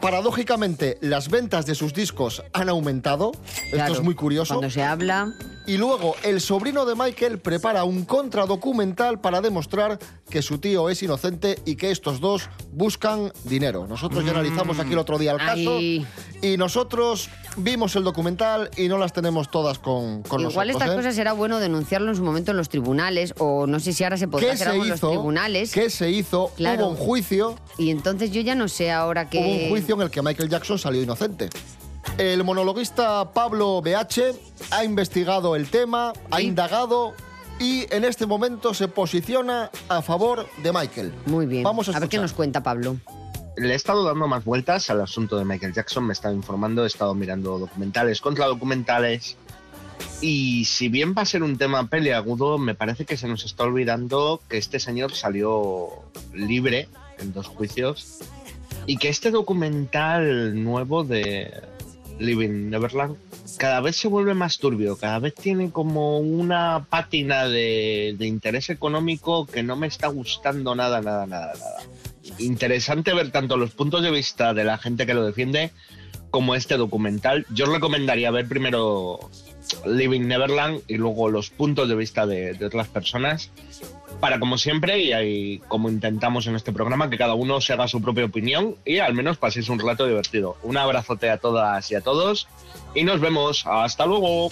[SPEAKER 2] Paradójicamente, las ventas de sus discos han aumentado. Esto
[SPEAKER 4] Claro.
[SPEAKER 2] es muy curioso.
[SPEAKER 4] Cuando se habla...
[SPEAKER 2] Y luego, el sobrino de Michael prepara un contradocumental para demostrar que su tío es inocente y que estos dos buscan dinero. Nosotros ya
[SPEAKER 4] Mm.
[SPEAKER 2] analizamos aquí el otro día el caso
[SPEAKER 4] Ay.
[SPEAKER 2] y nosotros vimos el documental y no las tenemos todas con, con
[SPEAKER 4] Igual
[SPEAKER 2] nosotros,
[SPEAKER 4] estas
[SPEAKER 2] ¿eh?
[SPEAKER 4] cosas era bueno denunciarlo en su momento en los tribunales o no sé si ahora se podrá
[SPEAKER 2] ¿Qué
[SPEAKER 4] hacer
[SPEAKER 2] se
[SPEAKER 4] algo en los
[SPEAKER 2] hizo?
[SPEAKER 4] tribunales.
[SPEAKER 2] ¿Qué se hizo?
[SPEAKER 4] Claro.
[SPEAKER 2] Hubo un juicio.
[SPEAKER 4] Y entonces yo ya no sé ahora qué...
[SPEAKER 2] Hubo un juicio en el que Michael Jackson salió inocente. El monologuista Pablo BH ha investigado el tema, ha indagado y en este momento se posiciona a favor de Michael.
[SPEAKER 4] Muy bien.
[SPEAKER 2] Vamos a,
[SPEAKER 4] ver qué nos cuenta Pablo.
[SPEAKER 17] Le he estado dando más vueltas al asunto de Michael Jackson, me he estado informando, he estado mirando documentales, contradocumentales. Y si bien va a ser un tema peleagudo, me parece que se nos está olvidando que este señor salió libre en dos juicios y que este documental nuevo de Living Neverland cada vez se vuelve más turbio, cada vez tiene como una pátina de, de interés económico que no me está gustando nada, nada, nada, nada. Interesante ver tanto los puntos de vista de la gente que lo defiende como este documental. Yo os recomendaría ver primero Living Neverland y luego los puntos de vista de, de otras personas para como siempre y, ahí, como intentamos en este programa que cada uno se haga su propia opinión y al menos paséis un rato divertido. Un abrazote a todas y a todos y nos vemos. Hasta luego.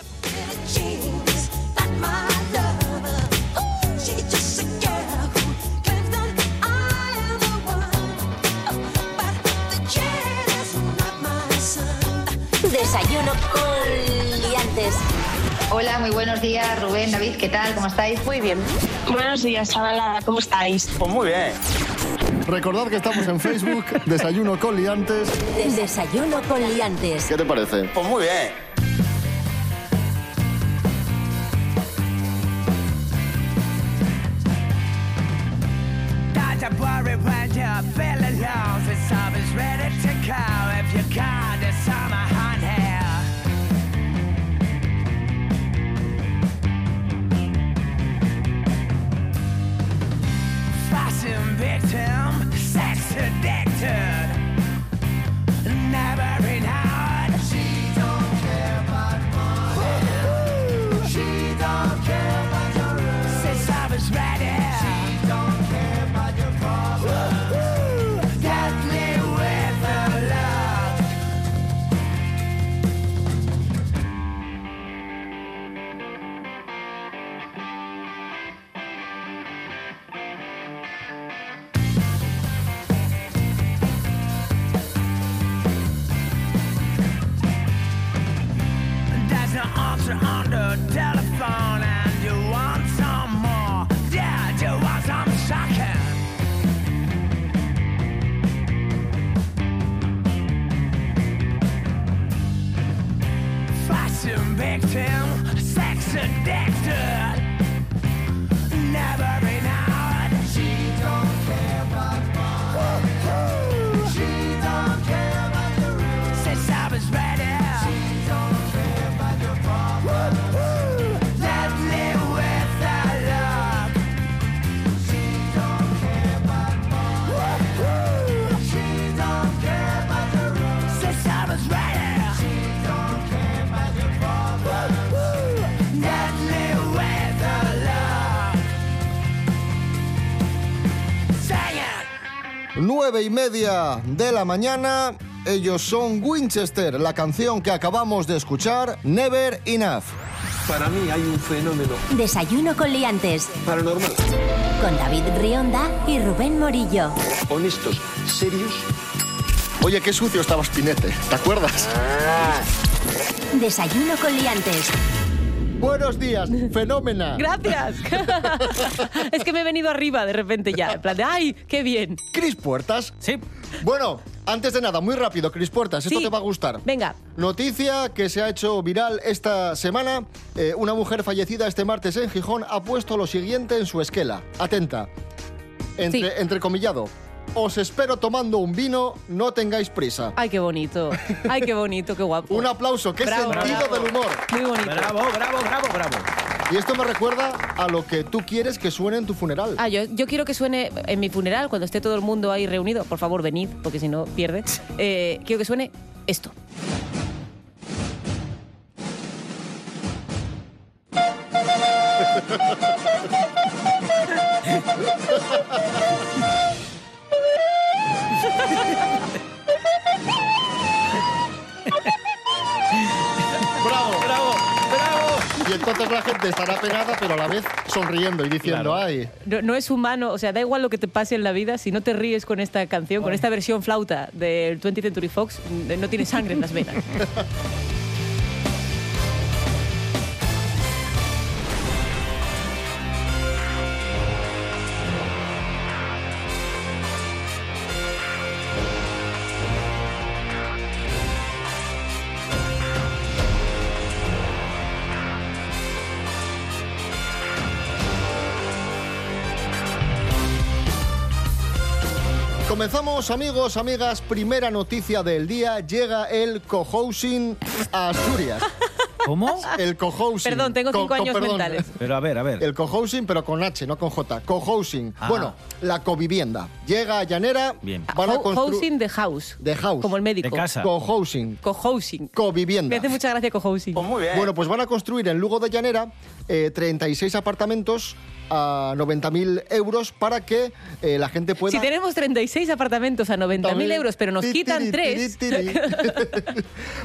[SPEAKER 10] Desayuno con liantes.
[SPEAKER 18] Hola, muy buenos días, Rubén, David, ¿qué tal? ¿Cómo estáis? Muy bien. Buenos días, Chavalada, ¿cómo estáis?
[SPEAKER 17] Pues muy bien.
[SPEAKER 2] Recordad que estamos en Facebook, Desayuno con Liantes.
[SPEAKER 10] Desayuno con liantes.
[SPEAKER 2] ¿Qué te parece?
[SPEAKER 17] Pues muy bien.
[SPEAKER 14] Not to worry when you're feeling low Since I was ready to go If you can, the summer hand here Fashion victim, sex addicted Never renowned She don't care about money She don't care about your rules Since I was ready She don't care about your problems Got me with her love There's no answer on the telephone, and you want some more. Yeah, you want some shocking. Fashion victim, sex addicted. Never renowned. She don't care about money. She don't care about the rules. Since I was ready. She don't care about your problems. Let me with the love. She don't care about money. She don't care about the rules. Since I was ready. She
[SPEAKER 2] Nueve y media de la mañana. Ellos son Winchester, la canción que acabamos de escuchar, Never Enough.
[SPEAKER 13] Para mí hay un fenómeno
[SPEAKER 10] Desayuno con liantes.
[SPEAKER 13] paranormal.
[SPEAKER 10] Con David Rionda y Rubén Morillo.
[SPEAKER 13] Honestos, serios.
[SPEAKER 2] Oye, qué sucio estabas, Pinete. ¿Te acuerdas?
[SPEAKER 10] Desayuno con liantes.
[SPEAKER 2] Buenos días, fenómena.
[SPEAKER 19] Gracias. es que me he venido arriba de repente ya. En plan de, ¡ay, qué bien!
[SPEAKER 2] Cris Puertas.
[SPEAKER 3] Sí.
[SPEAKER 2] Bueno, antes de nada, muy rápido, Cris Puertas, esto
[SPEAKER 19] Sí.
[SPEAKER 2] te va a gustar.
[SPEAKER 19] Venga.
[SPEAKER 2] Noticia que se ha hecho viral esta semana. Eh, una mujer fallecida este martes en Gijón ha puesto lo siguiente en su esquela. Atenta. Entre, Entrecomillado. Os espero tomando un vino, no tengáis prisa.
[SPEAKER 19] ¡Ay, qué bonito! ¡Ay, qué bonito, qué guapo!
[SPEAKER 2] Un aplauso, qué
[SPEAKER 19] Bravo,
[SPEAKER 2] sentido
[SPEAKER 19] bravo.
[SPEAKER 2] del humor.
[SPEAKER 19] Muy bonito.
[SPEAKER 3] Bravo, bravo, bravo, bravo.
[SPEAKER 2] Y esto me recuerda a lo que tú quieres que suene en tu funeral.
[SPEAKER 19] Ah, yo, yo quiero que suene en mi funeral, cuando esté todo el mundo ahí reunido, por favor venid, porque si no pierde. Eh, quiero que suene esto.
[SPEAKER 2] ¡Bravo! ¡Bravo! ¡Bravo! Y entonces la gente estará pegada, pero a la vez sonriendo y diciendo, ay.
[SPEAKER 19] No, no es humano, o sea, da igual lo que te pase en la vida, si no te ríes con esta canción, con esta versión flauta del 20th Century Fox, n- no tienes sangre en las venas.
[SPEAKER 2] Comenzamos, amigos, amigas. Primera noticia del día. Llega el cohousing a Asturias.
[SPEAKER 3] ¿Cómo?
[SPEAKER 2] El cohousing.
[SPEAKER 19] Perdón, tengo
[SPEAKER 2] Co-
[SPEAKER 19] cinco
[SPEAKER 2] co-
[SPEAKER 19] años mentales.
[SPEAKER 3] Pero a ver, a ver.
[SPEAKER 2] El cohousing, pero con H, no con J. Cohousing.
[SPEAKER 3] Ah.
[SPEAKER 2] Bueno, la covivienda. Llega a Llanera.
[SPEAKER 3] Bien.
[SPEAKER 2] Van a
[SPEAKER 19] Ho-
[SPEAKER 2] constru-
[SPEAKER 19] housing de house.
[SPEAKER 2] de house.
[SPEAKER 19] Como el médico.
[SPEAKER 3] De casa.
[SPEAKER 2] Cohousing.
[SPEAKER 19] Cohousing.
[SPEAKER 2] Covivienda.
[SPEAKER 19] Me hace mucha gracia cohousing.
[SPEAKER 2] Bueno, pues van a construir en Lugo de Llanera eh, 36 apartamentos a 90.000 euros para que eh, la gente pueda...
[SPEAKER 19] si tenemos 36 apartamentos a 90.000 euros, pero nos
[SPEAKER 2] Ti,
[SPEAKER 19] quitan
[SPEAKER 2] tiri,
[SPEAKER 19] tres...
[SPEAKER 2] tiri, tiri.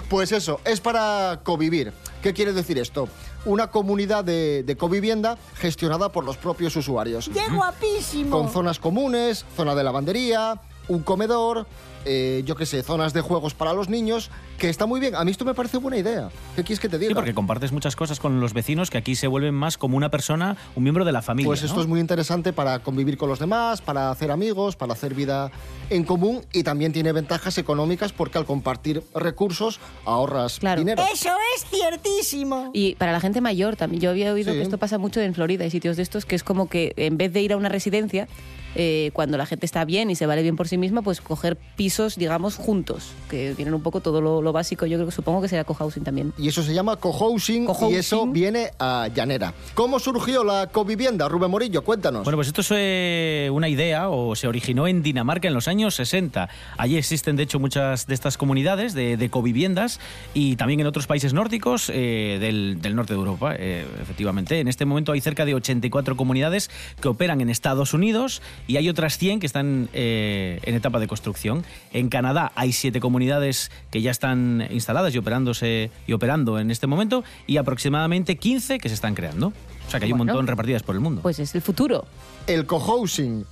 [SPEAKER 2] Pues eso, es para covivir. ¿Qué quiere decir esto? Una comunidad de, de covivienda gestionada por los propios usuarios.
[SPEAKER 5] ¡Qué guapísimo!
[SPEAKER 2] Con zonas comunes, zona de lavandería, un comedor, eh, yo qué sé, zonas de juegos para los niños, que está muy bien. A mí esto me parece buena idea. ¿Qué quieres que te diga?
[SPEAKER 3] Sí, porque compartes muchas cosas con los vecinos que aquí se vuelven más como una persona, un miembro de la familia.
[SPEAKER 2] Pues esto
[SPEAKER 3] ¿no?
[SPEAKER 2] es muy interesante para convivir con los demás, para hacer amigos, para hacer vida en común y también tiene ventajas económicas porque al compartir recursos ahorras dinero.
[SPEAKER 5] Eso es ciertísimo.
[SPEAKER 19] Y para la gente mayor también, yo había oído
[SPEAKER 2] Sí.
[SPEAKER 19] que esto pasa mucho en Florida, hay sitios de estos que es como que en vez de ir a una residencia, eh, cuando la gente está bien y se vale bien por sí misma, pues coger pisos, digamos, juntos, que tienen un poco todo lo, lo básico, yo creo que supongo que será cohousing también.
[SPEAKER 2] Y eso se llama cohousing, y eso viene a Llanera. ¿Cómo surgió la covivienda, Rubén Morillo? Cuéntanos.
[SPEAKER 3] Bueno, pues esto es eh, una idea o se originó en Dinamarca en los años 60. Allí existen, de hecho, muchas de estas comunidades de, de coviviendas y también en otros países nórdicos eh, del, del norte de Europa, eh, efectivamente. En este momento hay cerca de 84 comunidades que operan en Estados Unidos y hay otras 100 que están eh, en etapa de construcción. En Canadá hay 7 comunidades que ya están instaladas y, operándose, y operando en este momento y aproximadamente 15 que se están creando. O sea que hay un
[SPEAKER 19] Bueno.
[SPEAKER 3] montón repartidas por el mundo.
[SPEAKER 19] Pues es el futuro.
[SPEAKER 2] El cohousing.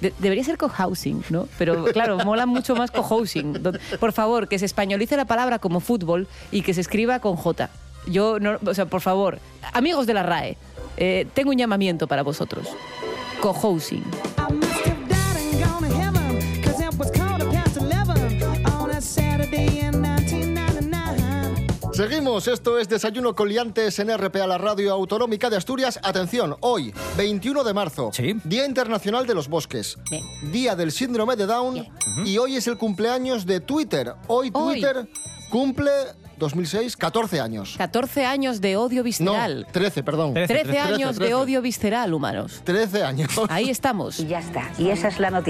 [SPEAKER 19] De- debería ser cohousing, ¿no? Pero claro, mola mucho más cohousing. Do- Por favor, que se españolice la palabra como fútbol y que se escriba con J. Yo, no, o sea, por favor, amigos de la RAE, eh, tengo un llamamiento para vosotros. Cohousing.
[SPEAKER 20] I must have died and gone to heaven, 'cause it was quarter past 11 on a Saturday in 1999.
[SPEAKER 2] Seguimos, esto es Desayuno con Liantes en RPA, la radio autonómica de Asturias. Atención, hoy, 21 de marzo, Día Internacional de los Bosques, Día del Síndrome de Down y hoy es el cumpleaños de Twitter. Hoy Twitter cumple 2006, 14 años.
[SPEAKER 19] 14 años de odio visceral.
[SPEAKER 2] No, 13, perdón.
[SPEAKER 19] 13, años de
[SPEAKER 2] 13.
[SPEAKER 19] odio visceral, humanos.
[SPEAKER 2] 13 años.
[SPEAKER 19] Ahí estamos. Y ya está.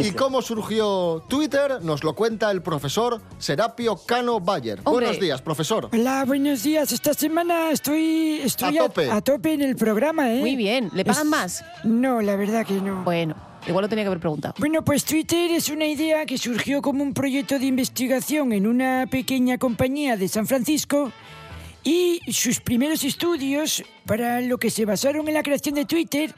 [SPEAKER 2] ¿Y cómo surgió Twitter? Nos lo cuenta el profesor Serapio Cano Bayer.
[SPEAKER 21] Hombre.
[SPEAKER 2] Buenos días, profesor.
[SPEAKER 21] Hola, buenos días. Esta semana estoy, estoy
[SPEAKER 2] A tope.
[SPEAKER 21] en el programa, ¿eh?
[SPEAKER 19] Muy bien. ¿Le pagan más?
[SPEAKER 21] No, la verdad que no.
[SPEAKER 19] Bueno. Igual lo tenía que haber preguntado.
[SPEAKER 21] Bueno, pues Twitter es una idea que surgió como un proyecto de investigación en una pequeña compañía de San Francisco y sus primeros estudios para lo que se basaron en la creación de Twitter,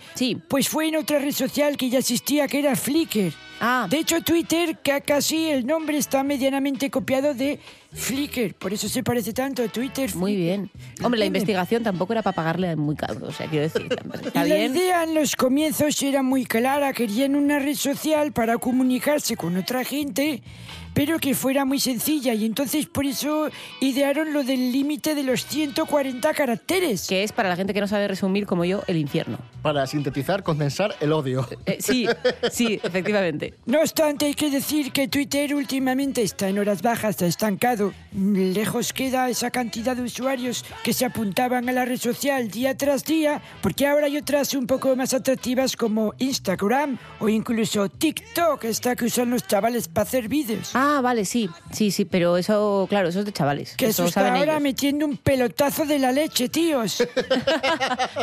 [SPEAKER 21] pues fue en otra red social que ya existía que era Flickr.
[SPEAKER 19] Ah.
[SPEAKER 21] De hecho, Twitter, que casi el nombre está medianamente copiado de Flickr, por eso se parece tanto a Twitter.
[SPEAKER 19] Muy bien. Hombre, la investigación tampoco era para pagarle muy caro, o sea, quiero decir. tampoco- Está
[SPEAKER 21] Y La
[SPEAKER 19] bien.
[SPEAKER 21] idea en los comienzos era muy clara, querían una red social para comunicarse con otra gente, pero que fuera muy sencilla y entonces por eso idearon lo del límite de los 140 caracteres.
[SPEAKER 19] Que es para la gente que no sabe resumir como yo el infierno.
[SPEAKER 2] Para sintetizar, condensar el odio.
[SPEAKER 19] Eh, sí, sí, efectivamente.
[SPEAKER 21] No obstante, hay que decir que Twitter últimamente está en horas bajas, está estancado. Lejos queda esa cantidad de usuarios que se apuntaban a la red social día tras día, porque ahora hay otras un poco más atractivas como Instagram o incluso TikTok, esta que usan los chavales para hacer vídeos.
[SPEAKER 19] Ah, vale, sí, sí, sí, pero eso, claro, eso es de chavales.
[SPEAKER 21] Que
[SPEAKER 19] eso
[SPEAKER 21] se está
[SPEAKER 19] saben
[SPEAKER 21] ahora
[SPEAKER 19] ellos.
[SPEAKER 21] metiendo un pelotazo de la leche, tíos.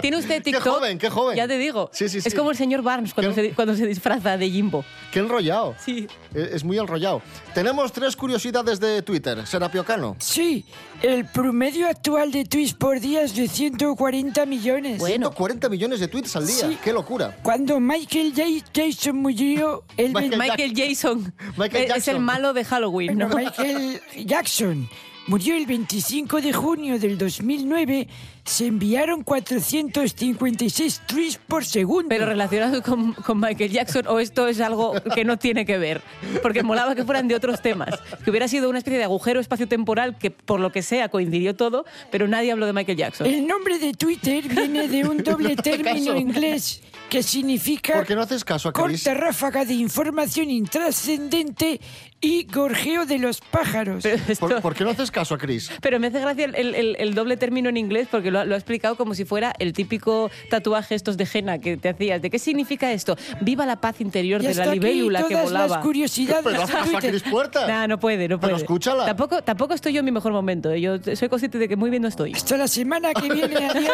[SPEAKER 19] ¿Tiene usted TikTok? Qué joven, qué joven. Ya te digo. Es como el señor Barnes cuando se, cuando se disfraza de Jimbo.
[SPEAKER 2] Qué enrollado. Sí. Es, es muy enrollado. Tenemos tres curiosidades de Twitter. Serapio Cano.
[SPEAKER 21] Sí, el promedio actual de tweets por día es de 140 millones.
[SPEAKER 2] 140 millones de tweets al día.
[SPEAKER 21] Sí.
[SPEAKER 2] Qué locura.
[SPEAKER 21] Cuando Michael J- Jason murió, el
[SPEAKER 19] Michael, Jason.
[SPEAKER 21] Michael
[SPEAKER 19] Es- Es el
[SPEAKER 21] Jackson.
[SPEAKER 19] malo de Halloween, ¿no?
[SPEAKER 21] Bueno, Michael Jackson murió el 25 de junio del 2009. Se enviaron 456 tweets por segundo.
[SPEAKER 19] Pero relacionado con, con Michael Jackson, o esto es algo que no tiene que ver. Porque molaba que fueran de otros temas. Que hubiera sido una especie de agujero espaciotemporal que, por lo que sea, coincidió todo, pero nadie habló de Michael Jackson.
[SPEAKER 21] El nombre de Twitter viene de un doble
[SPEAKER 19] No hace
[SPEAKER 21] término
[SPEAKER 19] caso.
[SPEAKER 21] inglés que significa
[SPEAKER 2] Porque no haces caso a Chris.
[SPEAKER 21] corta ráfaga de información intrascendente y gorjeo de los pájaros.
[SPEAKER 2] ¿Por, por qué no haces caso a Chris?
[SPEAKER 19] Pero me hace gracia el, el- el- el doble término en inglés porque lo, ha- lo ha explicado como si fuera el típico tatuaje estos de henna que te hacías. ¿De qué significa esto? Viva la paz interior
[SPEAKER 21] Y
[SPEAKER 19] de la
[SPEAKER 21] hasta aquí
[SPEAKER 19] libélula que
[SPEAKER 21] todas las
[SPEAKER 19] volaba.
[SPEAKER 21] curiosidades Pero de haz caso a Twitter. Cris Puertas.
[SPEAKER 19] Nah, no puede, no puede.
[SPEAKER 21] Pero escúchala.
[SPEAKER 19] Tampoco, tampoco estoy yo en mi mejor momento. ¿eh? Yo soy consciente de que muy bien no estoy.
[SPEAKER 21] Hasta la semana que viene, adiós.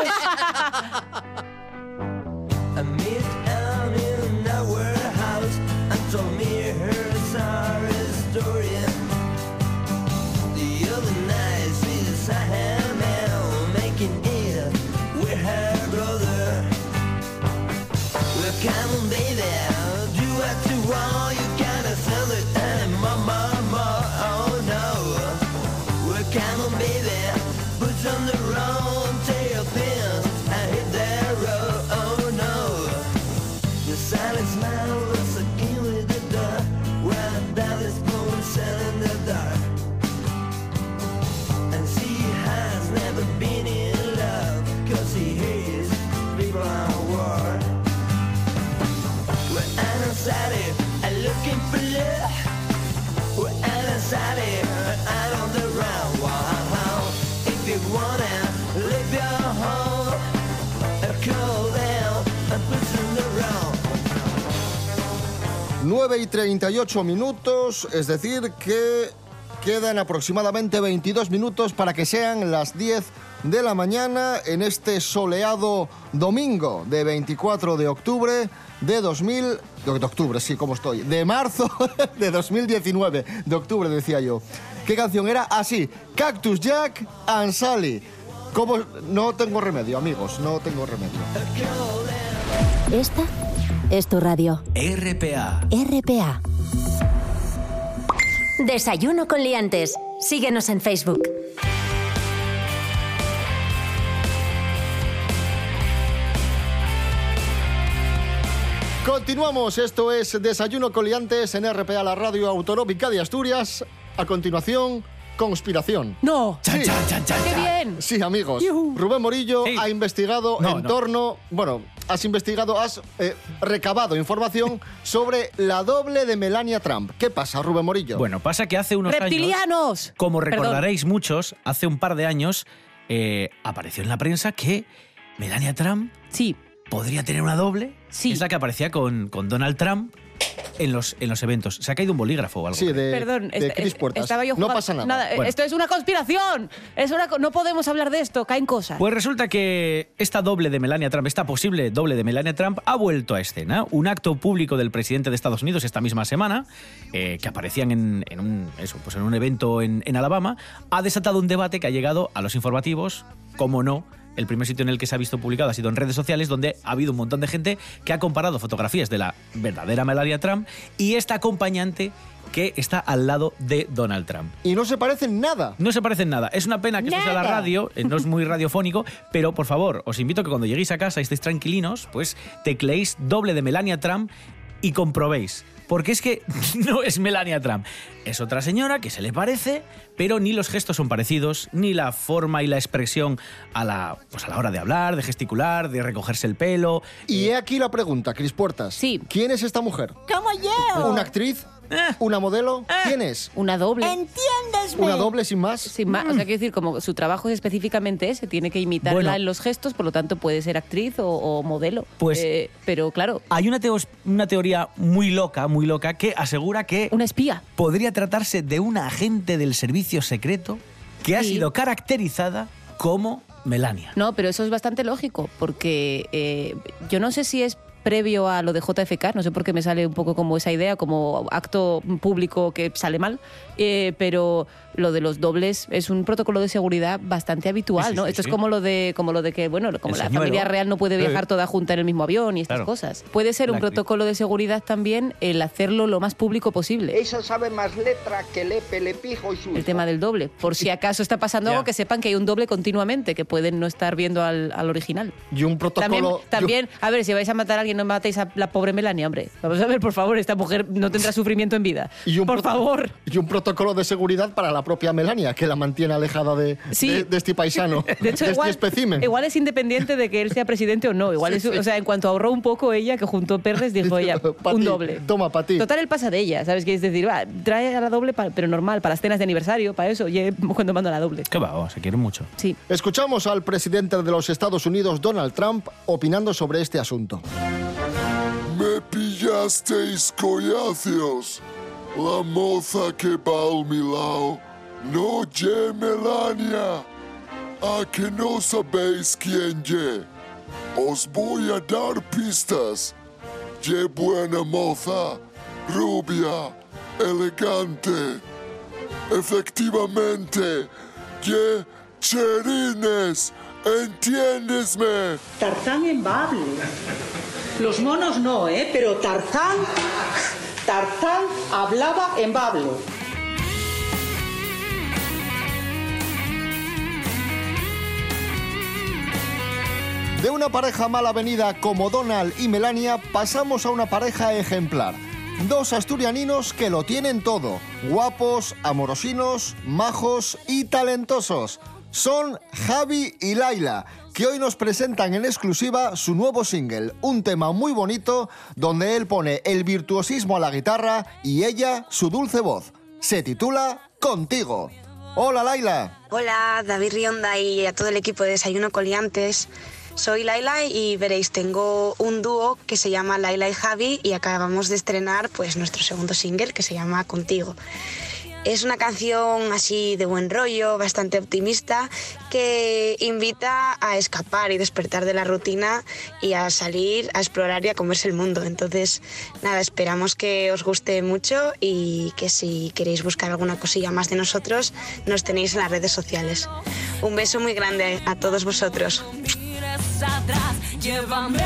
[SPEAKER 14] I meet out in our house and told me her sorry story. The other night she I am out making it with her brother. Well, come on, baby, do what you want. You gotta sell it and more, more, more. Oh no. Well, come on, baby, put on the wrong tail fins and hit that road. Oh no. The silent smile was a game with the dark While a ballast blowing sun in the dark And she has never been in love Cause she hates people on war We're outside it, I'm looking for love We're outside it, out on the round wow. If you wanna leave your home And call down and put in the round
[SPEAKER 2] 9 y 38 minutos, es decir, que quedan aproximadamente 22 minutos para que sean las 10 de la mañana en este soleado domingo de 24 de octubre de 2000... De de octubre, sí, ¿cómo estoy? De marzo de 2019. De octubre, decía yo. ¿Qué canción era? Así, Cactus Jack and Sally. ¿Cómo? No tengo remedio, amigos, no tengo remedio.
[SPEAKER 10] Esta es tu radio.
[SPEAKER 22] RPA.
[SPEAKER 10] RPA. Desayuno con liantes. Síguenos en Facebook.
[SPEAKER 2] Continuamos, esto es Desayuno Coliantes en RPA, la radio autonómica de Asturias. A continuación, Conspiración.
[SPEAKER 19] ¡No!
[SPEAKER 2] Sí.
[SPEAKER 19] ¡Qué bien!
[SPEAKER 2] Sí, amigos.
[SPEAKER 19] Yujú.
[SPEAKER 2] Rubén Morillo ha investigado
[SPEAKER 3] No,
[SPEAKER 2] en
[SPEAKER 3] no.
[SPEAKER 2] torno... Bueno, has investigado, has eh, recabado información sobre la doble de Melania Trump. ¿Qué pasa, Rubén Morillo?
[SPEAKER 3] Bueno, pasa que hace unos años,
[SPEAKER 19] ¡Reptilianos!
[SPEAKER 3] como
[SPEAKER 19] Perdón.
[SPEAKER 3] recordaréis muchos, hace un par de años eh, apareció en la prensa que Melania Trump
[SPEAKER 19] sí.
[SPEAKER 3] podría tener una doble. Sí. Es la que aparecía con, con Donald Trump en los, en los eventos. Se ha caído un bolígrafo o algo. Sí,
[SPEAKER 21] Eh,
[SPEAKER 2] de,
[SPEAKER 19] Perdón, est- est- estaba yo jugando- Nada, eh,
[SPEAKER 3] Bueno.
[SPEAKER 19] Esto es una conspiración. Es una co- no podemos hablar de esto, caen cosas.
[SPEAKER 3] Pues resulta que esta doble de Melania Trump, esta posible doble de Melania Trump, ha vuelto a escena. Un acto público del presidente de Estados Unidos esta misma semana, eh, que aparecían en, en un, eso, pues en un evento en, en Alabama, ha desatado un debate que ha llegado a los informativos, como no. El primer sitio en el que se ha visto publicado ha sido en redes sociales, donde ha habido un montón de gente que ha comparado fotografías de la verdadera Melania Trump y esta acompañante que está al lado de Donald Trump.
[SPEAKER 2] Y no se parecen nada.
[SPEAKER 3] No se parecen nada. Es una pena que esto sea la
[SPEAKER 2] Nada.
[SPEAKER 3] radio, eh, no es muy radiofónico, pero por favor, os invito a que cuando lleguéis a casa y estéis tranquilinos, pues tecleéis doble de Melania Trump y comprobéis. Porque es que no es Melania Trump. Es otra señora que se le parece, pero ni los gestos son parecidos, ni la forma y la expresión a la, pues a la hora de hablar, de gesticular, de recogerse el pelo. eh,
[SPEAKER 2] Y he aquí la pregunta, Cris Puertas. Sí. ¿Quién es esta mujer?
[SPEAKER 22] Como yo.
[SPEAKER 2] ¿Una actriz? ¿Una modelo? ¿Quién es?
[SPEAKER 19] Eh. Una doble.
[SPEAKER 22] ¿Entiéndesme?
[SPEAKER 2] ¿Una doble sin más? Mm.
[SPEAKER 19] Sin más. O sea, quiero decir, como su trabajo es específicamente ese, tiene que imitarla
[SPEAKER 3] Bueno.
[SPEAKER 19] en los gestos, por lo tanto puede ser actriz o, o modelo.
[SPEAKER 3] Pues-
[SPEAKER 19] Eh, pero claro,
[SPEAKER 3] Hay una, teos- una teoría muy loca, muy loca, que asegura que...
[SPEAKER 19] Una espía.
[SPEAKER 3] Podría tratarse de una agente del servicio secreto que ha
[SPEAKER 19] Sí.
[SPEAKER 3] sido caracterizada como Melania.
[SPEAKER 19] No, pero eso es bastante lógico, porque eh, yo no sé si es previo a lo de JFK, no sé por qué me sale un poco como esa idea, como acto público que sale mal, eh, pero lo de los dobles es un protocolo de seguridad bastante habitual,
[SPEAKER 4] Sí, sí,
[SPEAKER 19] ¿no?
[SPEAKER 4] sí,
[SPEAKER 19] Esto
[SPEAKER 4] sí.
[SPEAKER 19] es como lo de como lo de que, bueno, como
[SPEAKER 4] El
[SPEAKER 19] la
[SPEAKER 4] señuelo.
[SPEAKER 19] familia real no puede viajar
[SPEAKER 4] Sí.
[SPEAKER 19] toda junta en el mismo avión y estas
[SPEAKER 4] Claro.
[SPEAKER 19] cosas. Puede ser
[SPEAKER 4] La
[SPEAKER 19] un
[SPEAKER 4] actriz.
[SPEAKER 19] protocolo de seguridad también el hacerlo lo más público posible.
[SPEAKER 23] Ella sabe más letra que lepe, lepijo y su.
[SPEAKER 19] el tema del doble. Por si acaso está pasando algo, que sepan que hay un doble continuamente, que pueden no estar viendo al, al original.
[SPEAKER 2] Y un protocolo...
[SPEAKER 19] También, también a ver, si vais a matar a alguien, no matéis a la pobre Melania, hombre. Vamos a ver, por favor, esta mujer no tendrá sufrimiento en vida.
[SPEAKER 2] y un
[SPEAKER 19] por
[SPEAKER 2] proto-
[SPEAKER 19] favor.
[SPEAKER 2] Y un protocolo de seguridad para la propia Melania, que la mantiene alejada de, de- de este paisano,
[SPEAKER 19] De hecho,
[SPEAKER 2] este
[SPEAKER 19] igual,
[SPEAKER 2] espécimen.
[SPEAKER 19] igual es independiente de que él sea presidente o no. Igual
[SPEAKER 2] Sí,
[SPEAKER 19] es,
[SPEAKER 2] sí.
[SPEAKER 19] o sea, en cuanto ahorró un poco ella, que juntó perres, dijo ella,
[SPEAKER 2] Pa'
[SPEAKER 19] un
[SPEAKER 2] ti,
[SPEAKER 19] doble.
[SPEAKER 2] Toma, para ti.
[SPEAKER 19] Total, el pasa de ella, ¿sabes? Que es decir, va, trae a la doble, pa- pero normal, para las cenas de aniversario, para eso, y eh, cuando mando a la doble.
[SPEAKER 3] Qué va, se quieren mucho.
[SPEAKER 19] Sí.
[SPEAKER 2] Escuchamos al presidente de los Estados Unidos, Donald Trump, opinando sobre este asunto.
[SPEAKER 24] Me pillasteis collacios. La moza que va al mi lado no ye Melania. A que no sabéis quién ye. Os voy a dar pistas. Ye buena moza, rubia, elegante. Efectivamente, ye cherines. ¿Entiendesme?
[SPEAKER 25] Tarzán embable. Los monos no, ¿eh? Pero Tarzán, Tarzán hablaba embable.
[SPEAKER 2] De una pareja mal avenida como Donald y Melania pasamos a una pareja ejemplar. Dos asturianinos que lo tienen todo. Guapos, amorosinos, majos y talentosos. Son Javi y Laila, que hoy nos presentan en exclusiva su nuevo single, un tema muy bonito donde él pone el virtuosismo a la guitarra y ella su dulce voz. Se titula Contigo. Hola Laila.
[SPEAKER 26] Hola, David Rionda y a todo el equipo de Desayuno Coliantes. Soy Laila y veréis, tengo un dúo que se llama Laila y Javi y acabamos de estrenar pues nuestro segundo single que se llama Contigo. Es una canción así de buen rollo, bastante optimista, que invita a escapar y despertar de la rutina y a salir a explorar y a comerse el mundo. Entonces, nada, esperamos que os guste mucho y que si queréis buscar alguna cosilla más de nosotros, nos tenéis en las redes sociales. Un beso muy grande a todos vosotros.
[SPEAKER 27] mires atrás, llévame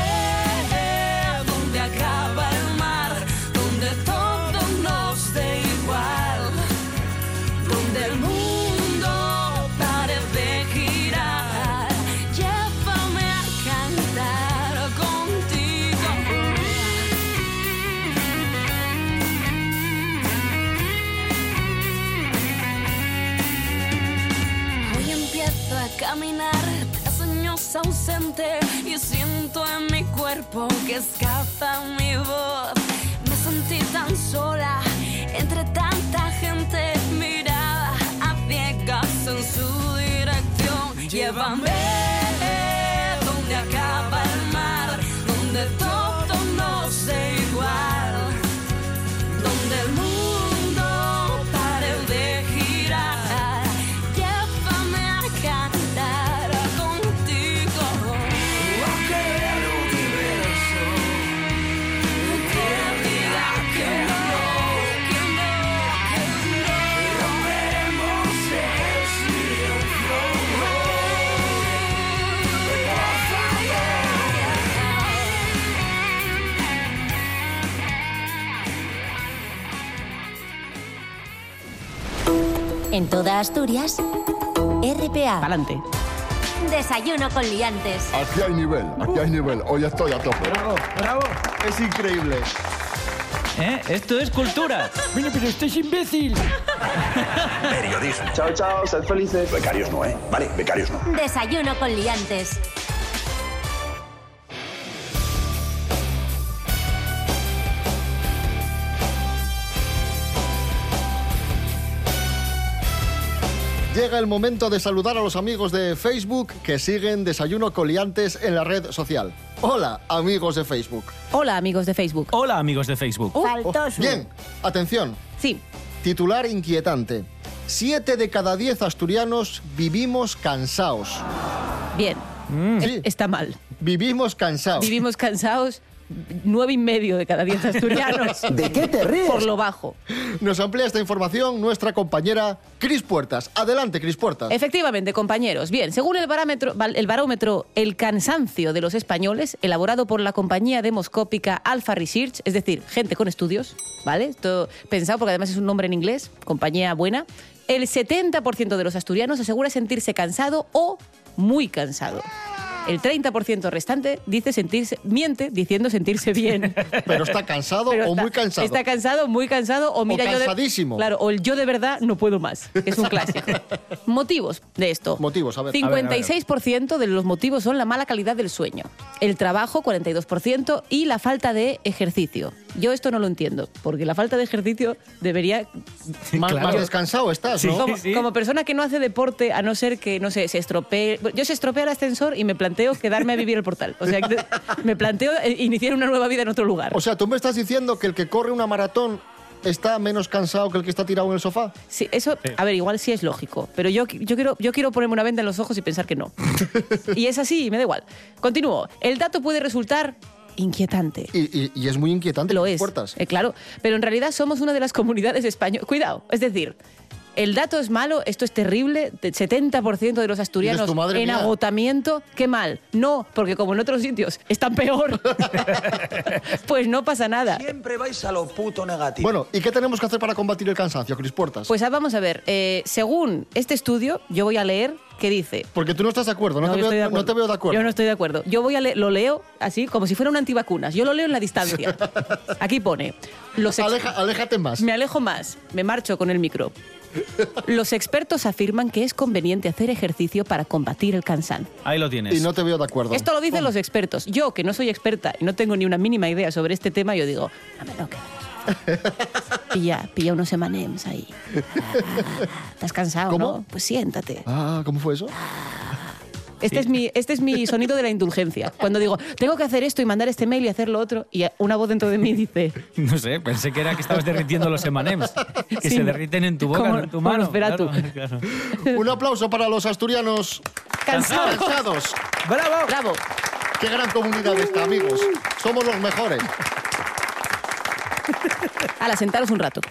[SPEAKER 27] donde acaba el mar, donde todo nos dé igual, donde el mundo pare de girar. Llévame a cantar contigo. Hoy empiezo a caminar tras años ausente y siento en mi cuerpo que escapa mi voz. Me sentí tan sola entre tanta gente, miraba a ciegas en su dirección. Llévame donde acaba el mar, donde todo nos da igual,
[SPEAKER 10] En toda Asturias, RPA.
[SPEAKER 19] Adelante.
[SPEAKER 10] Desayuno con liantes.
[SPEAKER 24] Aquí hay nivel, aquí hay nivel. Hoy estoy a tope.
[SPEAKER 2] Bravo, bravo. Es increíble.
[SPEAKER 3] ¿Eh? Esto es cultura.
[SPEAKER 21] Bueno, pero esto es imbécil.
[SPEAKER 1] Periodismo. Chao, chao, sed felices. Becarios no, ¿eh? Vale, becarios no.
[SPEAKER 10] Desayuno con liantes.
[SPEAKER 2] Llega el momento de saludar a los amigos de Facebook que siguen Desayuno Coliantes en la red social. Hola, amigos de Facebook.
[SPEAKER 19] Hola, amigos de Facebook.
[SPEAKER 3] Hola, amigos de Facebook.
[SPEAKER 2] Bien, atención.
[SPEAKER 19] Oh, Sí.
[SPEAKER 2] Titular inquietante. Siete de cada diez asturianos vivimos cansados.
[SPEAKER 19] Bien. Es- Está mal.
[SPEAKER 2] Mm. Vivimos cansados.
[SPEAKER 19] Vivimos cansados nueve y medio de cada diez asturianos.
[SPEAKER 2] ¿De qué te ríes?
[SPEAKER 19] Por lo bajo.
[SPEAKER 2] Nos amplía esta información nuestra compañera Cris Puertas. Adelante, Cris Puertas.
[SPEAKER 19] Efectivamente, compañeros. Bien, según el barómetro, val- el barómetro El cansancio de los españoles, elaborado por la compañía demoscópica Alpha Research, es decir, gente con estudios, ¿vale? Esto pensado porque además es un nombre en inglés, compañía buena. El 70% de los asturianos asegura sentirse cansado o muy cansado. El 30% restante dice sentirse miente diciendo sentirse bien.
[SPEAKER 2] Pero está cansado
[SPEAKER 19] Pero
[SPEAKER 2] o
[SPEAKER 19] está-
[SPEAKER 2] muy cansado.
[SPEAKER 19] Está cansado, muy cansado o mira yo de-
[SPEAKER 2] cansadísimo.
[SPEAKER 19] claro, o el yo de verdad no puedo más, que es un clásico. motivos de esto.
[SPEAKER 2] Motivos, a ver.
[SPEAKER 19] 56% de los motivos son la mala calidad del sueño, el trabajo 42% y la falta de ejercicio. Yo esto no lo entiendo, porque la falta de ejercicio debería
[SPEAKER 2] Más,
[SPEAKER 19] claro.
[SPEAKER 2] más descansado estás, ¿no?
[SPEAKER 19] como, como persona que no hace deporte, a no ser que, no sé, se estropee. Yo se estropea el ascensor y me planteo quedarme a vivir el portal. O sea, que me planteo eh, iniciar una nueva vida en otro lugar.
[SPEAKER 2] O sea, tú me estás diciendo que el que corre una maratón está menos cansado que el que está tirado en el sofá.
[SPEAKER 19] Sí, eso, a ver, igual sí es lógico, pero yo, yo, quiero, yo quiero ponerme una venda en los ojos y pensar que no. y es así, me da igual. Continúo. El dato puede resultar inquietante.
[SPEAKER 2] Y, y- y es muy inquietante.
[SPEAKER 19] Lo
[SPEAKER 2] Cris
[SPEAKER 19] es.
[SPEAKER 2] Puertas.
[SPEAKER 19] Eh, claro, pero en realidad somos una de las comunidades españolas. Cuidado, es decir, el dato es malo, esto es terrible, de 70% de los asturianos
[SPEAKER 2] Dices tú, madre
[SPEAKER 19] en
[SPEAKER 2] mía.
[SPEAKER 19] agotamiento, qué mal. No, porque como en otros sitios están peor. pues no pasa nada.
[SPEAKER 2] Siempre vais a lo puto negativo. Bueno, ¿y qué tenemos que hacer para combatir el cansancio, Cris Puertas?
[SPEAKER 19] Pues ah, vamos a ver, eh, según este estudio, yo voy a leer que dice.
[SPEAKER 2] Porque tú no estás de acuerdo, no,
[SPEAKER 19] No,
[SPEAKER 2] te,
[SPEAKER 19] yo
[SPEAKER 2] veo,
[SPEAKER 19] estoy de
[SPEAKER 2] no
[SPEAKER 19] acuerdo.
[SPEAKER 2] te veo de acuerdo.
[SPEAKER 19] Yo no estoy de acuerdo. Yo voy a le- lo leo así, como si fuera un antivacunas. Yo lo leo en la distancia. Aquí pone. Los ex-
[SPEAKER 2] aléjate más.
[SPEAKER 19] Me alejo más. Me marcho con el micro. Los expertos afirman que es conveniente hacer ejercicio para combatir el cansancio.
[SPEAKER 3] Ahí lo tienes.
[SPEAKER 2] Y no te veo de acuerdo.
[SPEAKER 19] Esto lo dicen los expertos. Yo, que no soy experta y no tengo ni una mínima idea sobre este tema, yo digo, "Dame lo que quieras". Pilla, pilla unos emanems ahí. Ah, Estás cansado,
[SPEAKER 2] ¿Cómo?
[SPEAKER 19] ¿no? Pues siéntate.
[SPEAKER 2] Ah, ¿cómo fue eso?
[SPEAKER 19] Este, es mi, este es mi sonido de la indulgencia. Cuando digo, tengo que hacer esto y mandar este mail y hacer lo otro, y una voz dentro de mí dice,
[SPEAKER 3] No sé, pensé que era que estabas derritiendo los emanems. Que
[SPEAKER 19] Sí,
[SPEAKER 3] se
[SPEAKER 19] no.
[SPEAKER 3] derriten en tu boca,
[SPEAKER 19] Como-
[SPEAKER 3] no en tu
[SPEAKER 19] como
[SPEAKER 3] mano.
[SPEAKER 19] espera tú.
[SPEAKER 3] Claro, claro.
[SPEAKER 2] Un aplauso para los asturianos
[SPEAKER 19] Cansados.
[SPEAKER 2] cansados.
[SPEAKER 3] ¡Bravo!
[SPEAKER 19] ¡Bravo!
[SPEAKER 2] Qué gran comunidad esta, amigos. Somos los mejores.
[SPEAKER 19] ala, sentaros un rato.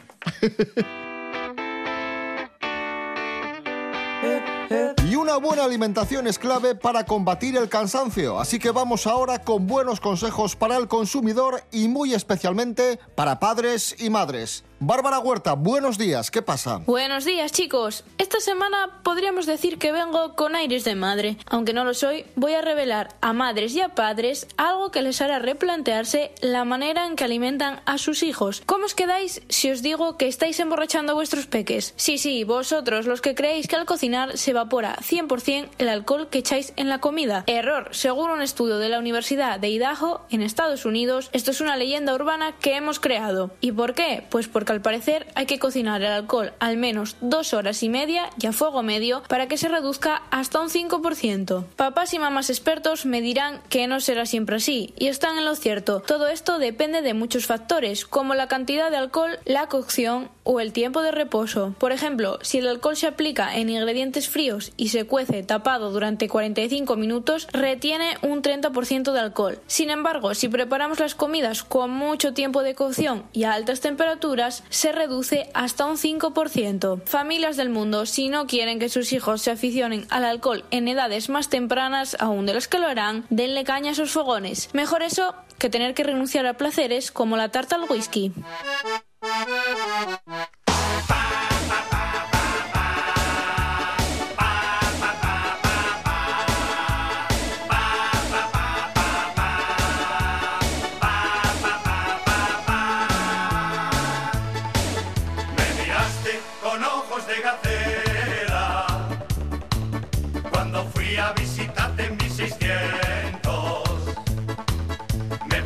[SPEAKER 2] Y una buena alimentación es clave para combatir el cansancio, así que vamos ahora con buenos consejos para el consumidor y muy especialmente para padres y madres. Bárbara Huerta, buenos días, ¿qué pasa?
[SPEAKER 6] Buenos días chicos. Esta semana podríamos decir que vengo con aires de madre. Aunque no lo soy, voy a revelar a madres y a padres algo que les hará replantearse la manera en que alimentan a sus hijos. ¿Cómo os quedáis si os digo que estáis emborrachando a vuestros peques? Sí, sí, vosotros los que creéis que al cocinar se evapora 100% el alcohol que echáis en la comida. Error. Según un estudio de la Universidad de Idaho, en Estados Unidos, esto es una leyenda urbana que hemos creado. ¿Y por qué? Pues porque al parecer hay que cocinar el alcohol al menos dos horas y media y a fuego medio para que se reduzca hasta un 5%. Papás y mamás expertos me dirán que no será siempre así, y están en lo cierto. Todo esto depende de muchos factores, como la cantidad de alcohol, la cocción o el tiempo de reposo. Por ejemplo, si el alcohol se aplica en ingredientes fríos y se cuece tapado durante 45 minutos, retiene un 30% de alcohol. Sin embargo, si preparamos las comidas con mucho tiempo de cocción y a altas temperaturas, se reduce hasta un 5%. Familias del mundo, si no quieren que sus hijos se aficionen al alcohol en edades más tempranas aún de las que lo harán, denle caña a sus fogones. Mejor eso que tener que renunciar a placeres como la tarta al whisky.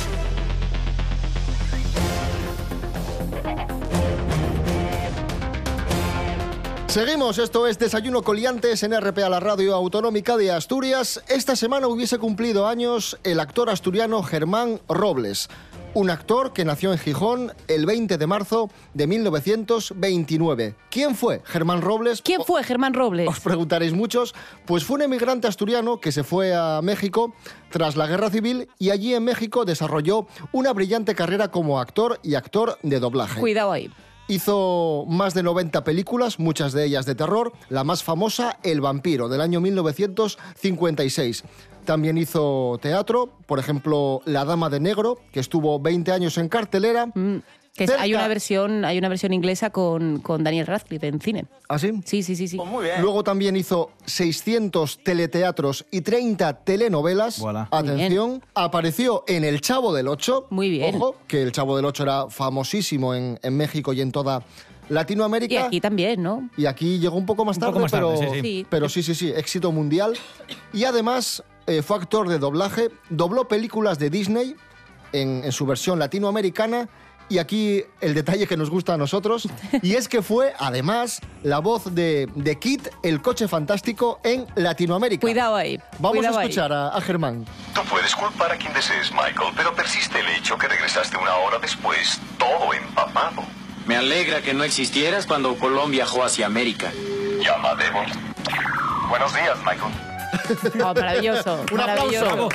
[SPEAKER 2] Seguimos, esto es Desayuno Coliantes en RPA, la radio autonómica de Asturias. Esta semana hubiese cumplido años el actor asturiano Germán Robles, un actor que nació en Gijón el 20 de marzo de 1929. ¿Quién fue Germán Robles?
[SPEAKER 19] ¿Quién fue Germán Robles?
[SPEAKER 2] Os preguntaréis muchos. Pues fue un emigrante asturiano que se fue a México tras la Guerra Civil y allí en México desarrolló una brillante carrera como actor y actor de doblaje.
[SPEAKER 19] Cuidado ahí.
[SPEAKER 2] Hizo más de 90 películas, muchas de ellas de terror, la más famosa El vampiro del año 1956. También hizo teatro, por ejemplo, La dama de negro, que estuvo 20 años en cartelera.
[SPEAKER 19] Que es- hay
[SPEAKER 2] Cerca-
[SPEAKER 19] una versión, hay una versión inglesa con, con Daniel Radcliffe en cine.
[SPEAKER 2] ¿Ah, sí?
[SPEAKER 19] Sí, sí, sí, sí.
[SPEAKER 2] Luego también hizo 600 teleteatros y 30 telenovelas. Atención, apareció en El Chavo del Ocho. Muy bien. Ojo, que El Chavo del Ocho era famosísimo en, en México y en toda Latinoamérica.
[SPEAKER 19] Y aquí también, ¿no?
[SPEAKER 2] Y aquí llegó un poco más tarde,
[SPEAKER 19] poco más tarde,
[SPEAKER 2] pero,
[SPEAKER 19] sí, sí.
[SPEAKER 2] pero sí, sí, sí, éxito mundial. Y además eh, fue actor de doblaje, dobló películas de Disney en, en su versión latinoamericana. Y aquí el detalle que nos gusta a nosotros, y es que fue además la voz de, de Kit, el coche fantástico, en Latinoamérica. Cuidado
[SPEAKER 19] ahí.
[SPEAKER 2] Vamos
[SPEAKER 1] cuidado
[SPEAKER 2] a
[SPEAKER 1] ahí.
[SPEAKER 2] escuchar a- a Germán.
[SPEAKER 1] Tú puedes culpar a quien desees, Michael, pero persiste el hecho que regresaste una hora después, todo empapado.
[SPEAKER 28] Me alegra que no existieras cuando Colón viajó hacia América.
[SPEAKER 1] Llama a Devon. Buenos días, Michael.
[SPEAKER 19] Oh, maravilloso.
[SPEAKER 1] Un
[SPEAKER 19] maravilloso.
[SPEAKER 1] aplauso.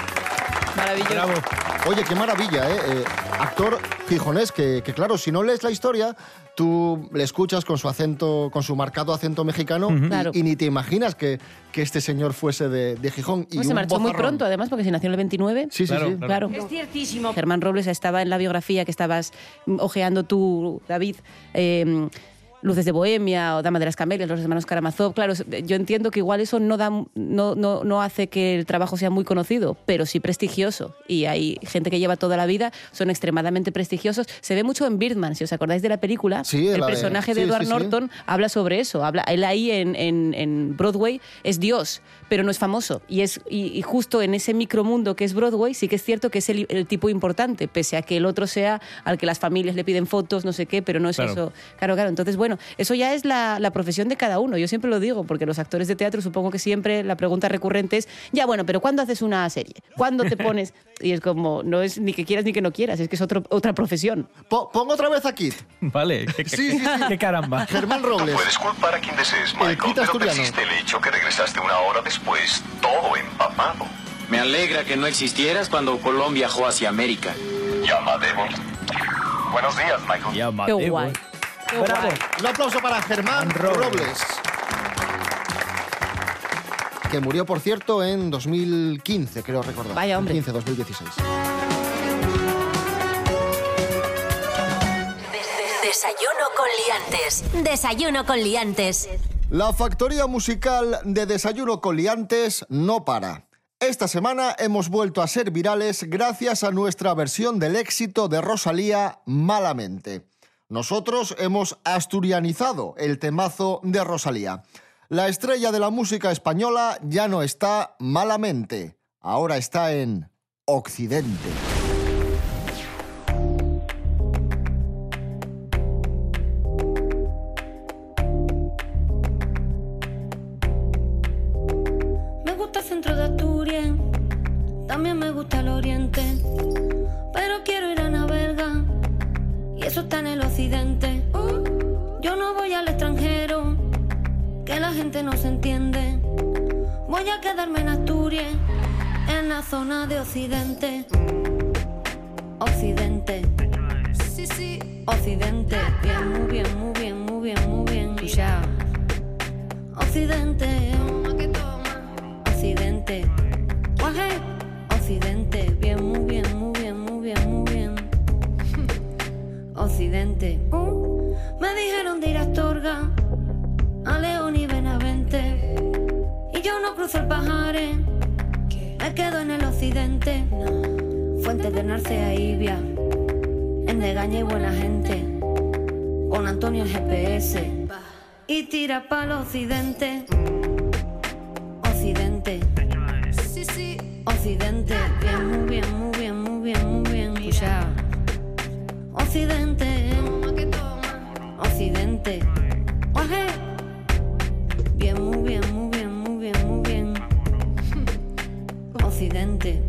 [SPEAKER 19] Maravilloso.
[SPEAKER 2] Oye, qué maravilla, ¿eh? Eh, actor gijonés, que, que claro, si no lees la historia, tú le escuchas con su acento, con su marcado acento mexicano y,
[SPEAKER 19] Claro.
[SPEAKER 2] y ni te imaginas que, que este señor fuese de, de Gijón. Y
[SPEAKER 19] Pues se
[SPEAKER 2] un
[SPEAKER 19] marchó muy
[SPEAKER 2] vozarrón.
[SPEAKER 19] pronto, además, porque si nació en el 29.
[SPEAKER 2] Sí, sí, Claro, sí. claro.
[SPEAKER 19] claro.
[SPEAKER 2] Es
[SPEAKER 19] ciertísimo. Germán Robles estaba en la biografía que estabas mm, ojeando tú, David. eh, Luces de Bohemia o Dama de las Camelias, los hermanos Karamazov. Claro, es- eh, yo entiendo que igual eso no, da, no, no, no hace que el trabajo sea muy conocido, pero sí prestigioso. Y hay gente que lleva toda la vida, son extremadamente prestigiosos. Se ve mucho en Birdman, si os acordáis de la película.
[SPEAKER 2] Sí,
[SPEAKER 19] el
[SPEAKER 2] la de-
[SPEAKER 19] personaje de
[SPEAKER 2] sí, sí,
[SPEAKER 19] Edward
[SPEAKER 2] sí.
[SPEAKER 19] Norton habla sobre eso. Habla, él ahí en, en- en Broadway es Dios, pero no es famoso. Y, es, y, y justo en ese micromundo que es Broadway, sí que es cierto que es el, el tipo importante, pese a que el otro sea al que las familias le piden fotos, no sé qué, pero no es
[SPEAKER 6] Claro.
[SPEAKER 19] eso. Claro, claro. Entonces, bueno, eso ya es la, la profesión de cada uno. Yo siempre lo digo, porque los actores de teatro supongo que siempre la pregunta recurrente es, ya bueno, pero ¿cuándo haces una serie? ¿Cuándo te pones? Y es como, no es ni que quieras ni que no quieras, es que es otro- otra profesión.
[SPEAKER 2] pongo otra vez aquí.
[SPEAKER 29] Vale, qué,
[SPEAKER 2] Sí, sí, sí.
[SPEAKER 29] qué caramba.
[SPEAKER 2] Germán Robles.
[SPEAKER 1] Tú puedes culpar a quien desees, Michael, pero persiste el hecho que regresaste una hora después, todo empapado.
[SPEAKER 28] Me alegra que no existieras cuando Colón viajó hacia América.
[SPEAKER 1] Llama a Devon. Buenos días, Michael.
[SPEAKER 28] Qué Devon. guay.
[SPEAKER 2] Bravo. Un aplauso para Germán Robles. Que murió, por cierto, en 2015, creo recordar. Vaya, hombre. 2015-2016.
[SPEAKER 10] Desayuno con liantes. Desayuno con liantes.
[SPEAKER 2] La factoría musical de Desayuno con Liantes no para. Esta semana hemos vuelto a ser virales gracias a nuestra versión del éxito de Rosalía Malamente. Nosotros hemos asturianizado el temazo de Rosalía. La estrella de la música española ya no está malamente, ahora está en Occidente.
[SPEAKER 30] Me gusta el centro de Asturias, también me gusta el oriente. Pero quiero ir a Naverga, y eso está en el occidente. Mm, Yo no voy al extranjero, que la gente no se entiende. Voy a quedarme en Asturias, en la zona de occidente. Occidente. Sí, sí. Occidente. Bien, muy bien, muy bien, muy bien, muy bien. Ya. Occidente. Occidente. Guaje. Occidente. Bien, muy bien, muy bien, muy bien, muy bien. Occidente. Uh, Me dijeron de ir a Astorga, a León y Benavente. Y yo no cruzo el pajaré, me quedo en el occidente. Fuentes de Narcea y Ibia, en Degaña y Buena Gente. Con Antonio el GPS. Y tira para el occidente. Occidente. Sí, sí. Occidente. Bien, muy bien, muy bien, muy bien, muy bien. Ya. Occidente. Occidente. Guaje. Bien, muy bien, muy bien, muy bien, muy bien. Occidente.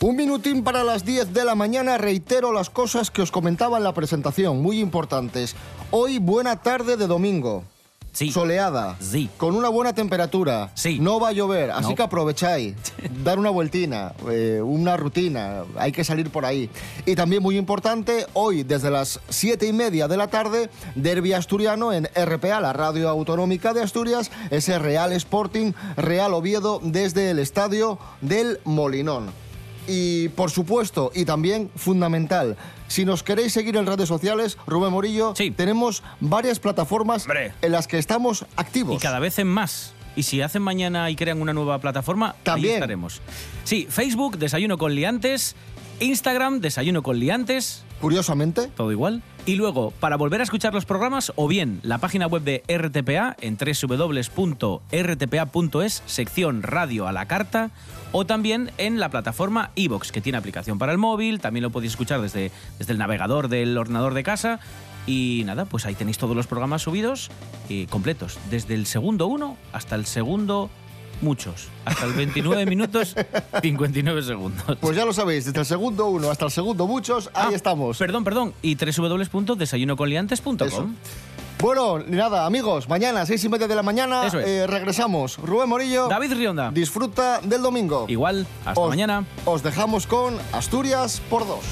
[SPEAKER 2] Un minutín para las 10 de la mañana. Reitero las cosas que os comentaba en la presentación, muy importantes. Hoy buena tarde de domingo. Soleada. Con una buena temperatura. No va a llover, así
[SPEAKER 3] No.
[SPEAKER 2] que aprovecháis. Dar una vueltina, eh, una rutina. Hay que salir por ahí. Y también muy importante, hoy desde las 7 y media de la tarde, Derby Asturiano en RPA, la radio autonómica de Asturias, ese Real Sporting, Real Oviedo desde el estadio del Molinón. Y por supuesto, y también fundamental, si nos queréis seguir en redes sociales, Rubén Morillo, tenemos varias plataformas en las que estamos activos.
[SPEAKER 3] Y cada vez en más. Y si hacen mañana y crean una nueva plataforma,
[SPEAKER 2] También.
[SPEAKER 3] ahí estaremos. Sí, Facebook, Desayuno con Liantes. Instagram, Desayuno con Liantes.
[SPEAKER 2] Curiosamente.
[SPEAKER 3] Todo igual. Y luego, para volver a escuchar los programas, o bien la página web de RTPA en www.rtpa.es, sección radio a la carta, o también en la plataforma iVox, que tiene aplicación para el móvil, también lo podéis escuchar desde, desde el navegador del ordenador de casa. Y nada, pues ahí tenéis todos los programas subidos y eh, completos, desde el segundo uno hasta el segundo muchos, hasta el 29 minutos 59 segundos.
[SPEAKER 2] Pues ya lo sabéis, desde el segundo uno hasta el segundo muchos, ahí estamos.
[SPEAKER 3] Ah, Perdón, perdón, y www.desayunoconliantes.com.
[SPEAKER 2] Bueno, nada, amigos, mañana, seis y media de la mañana,
[SPEAKER 3] Eso es.
[SPEAKER 2] eh, regresamos. Rubén Morillo.
[SPEAKER 3] David Rionda.
[SPEAKER 2] Disfruta del domingo.
[SPEAKER 3] Igual, hasta
[SPEAKER 2] Os-
[SPEAKER 3] mañana.
[SPEAKER 2] Os dejamos con Asturias por dos.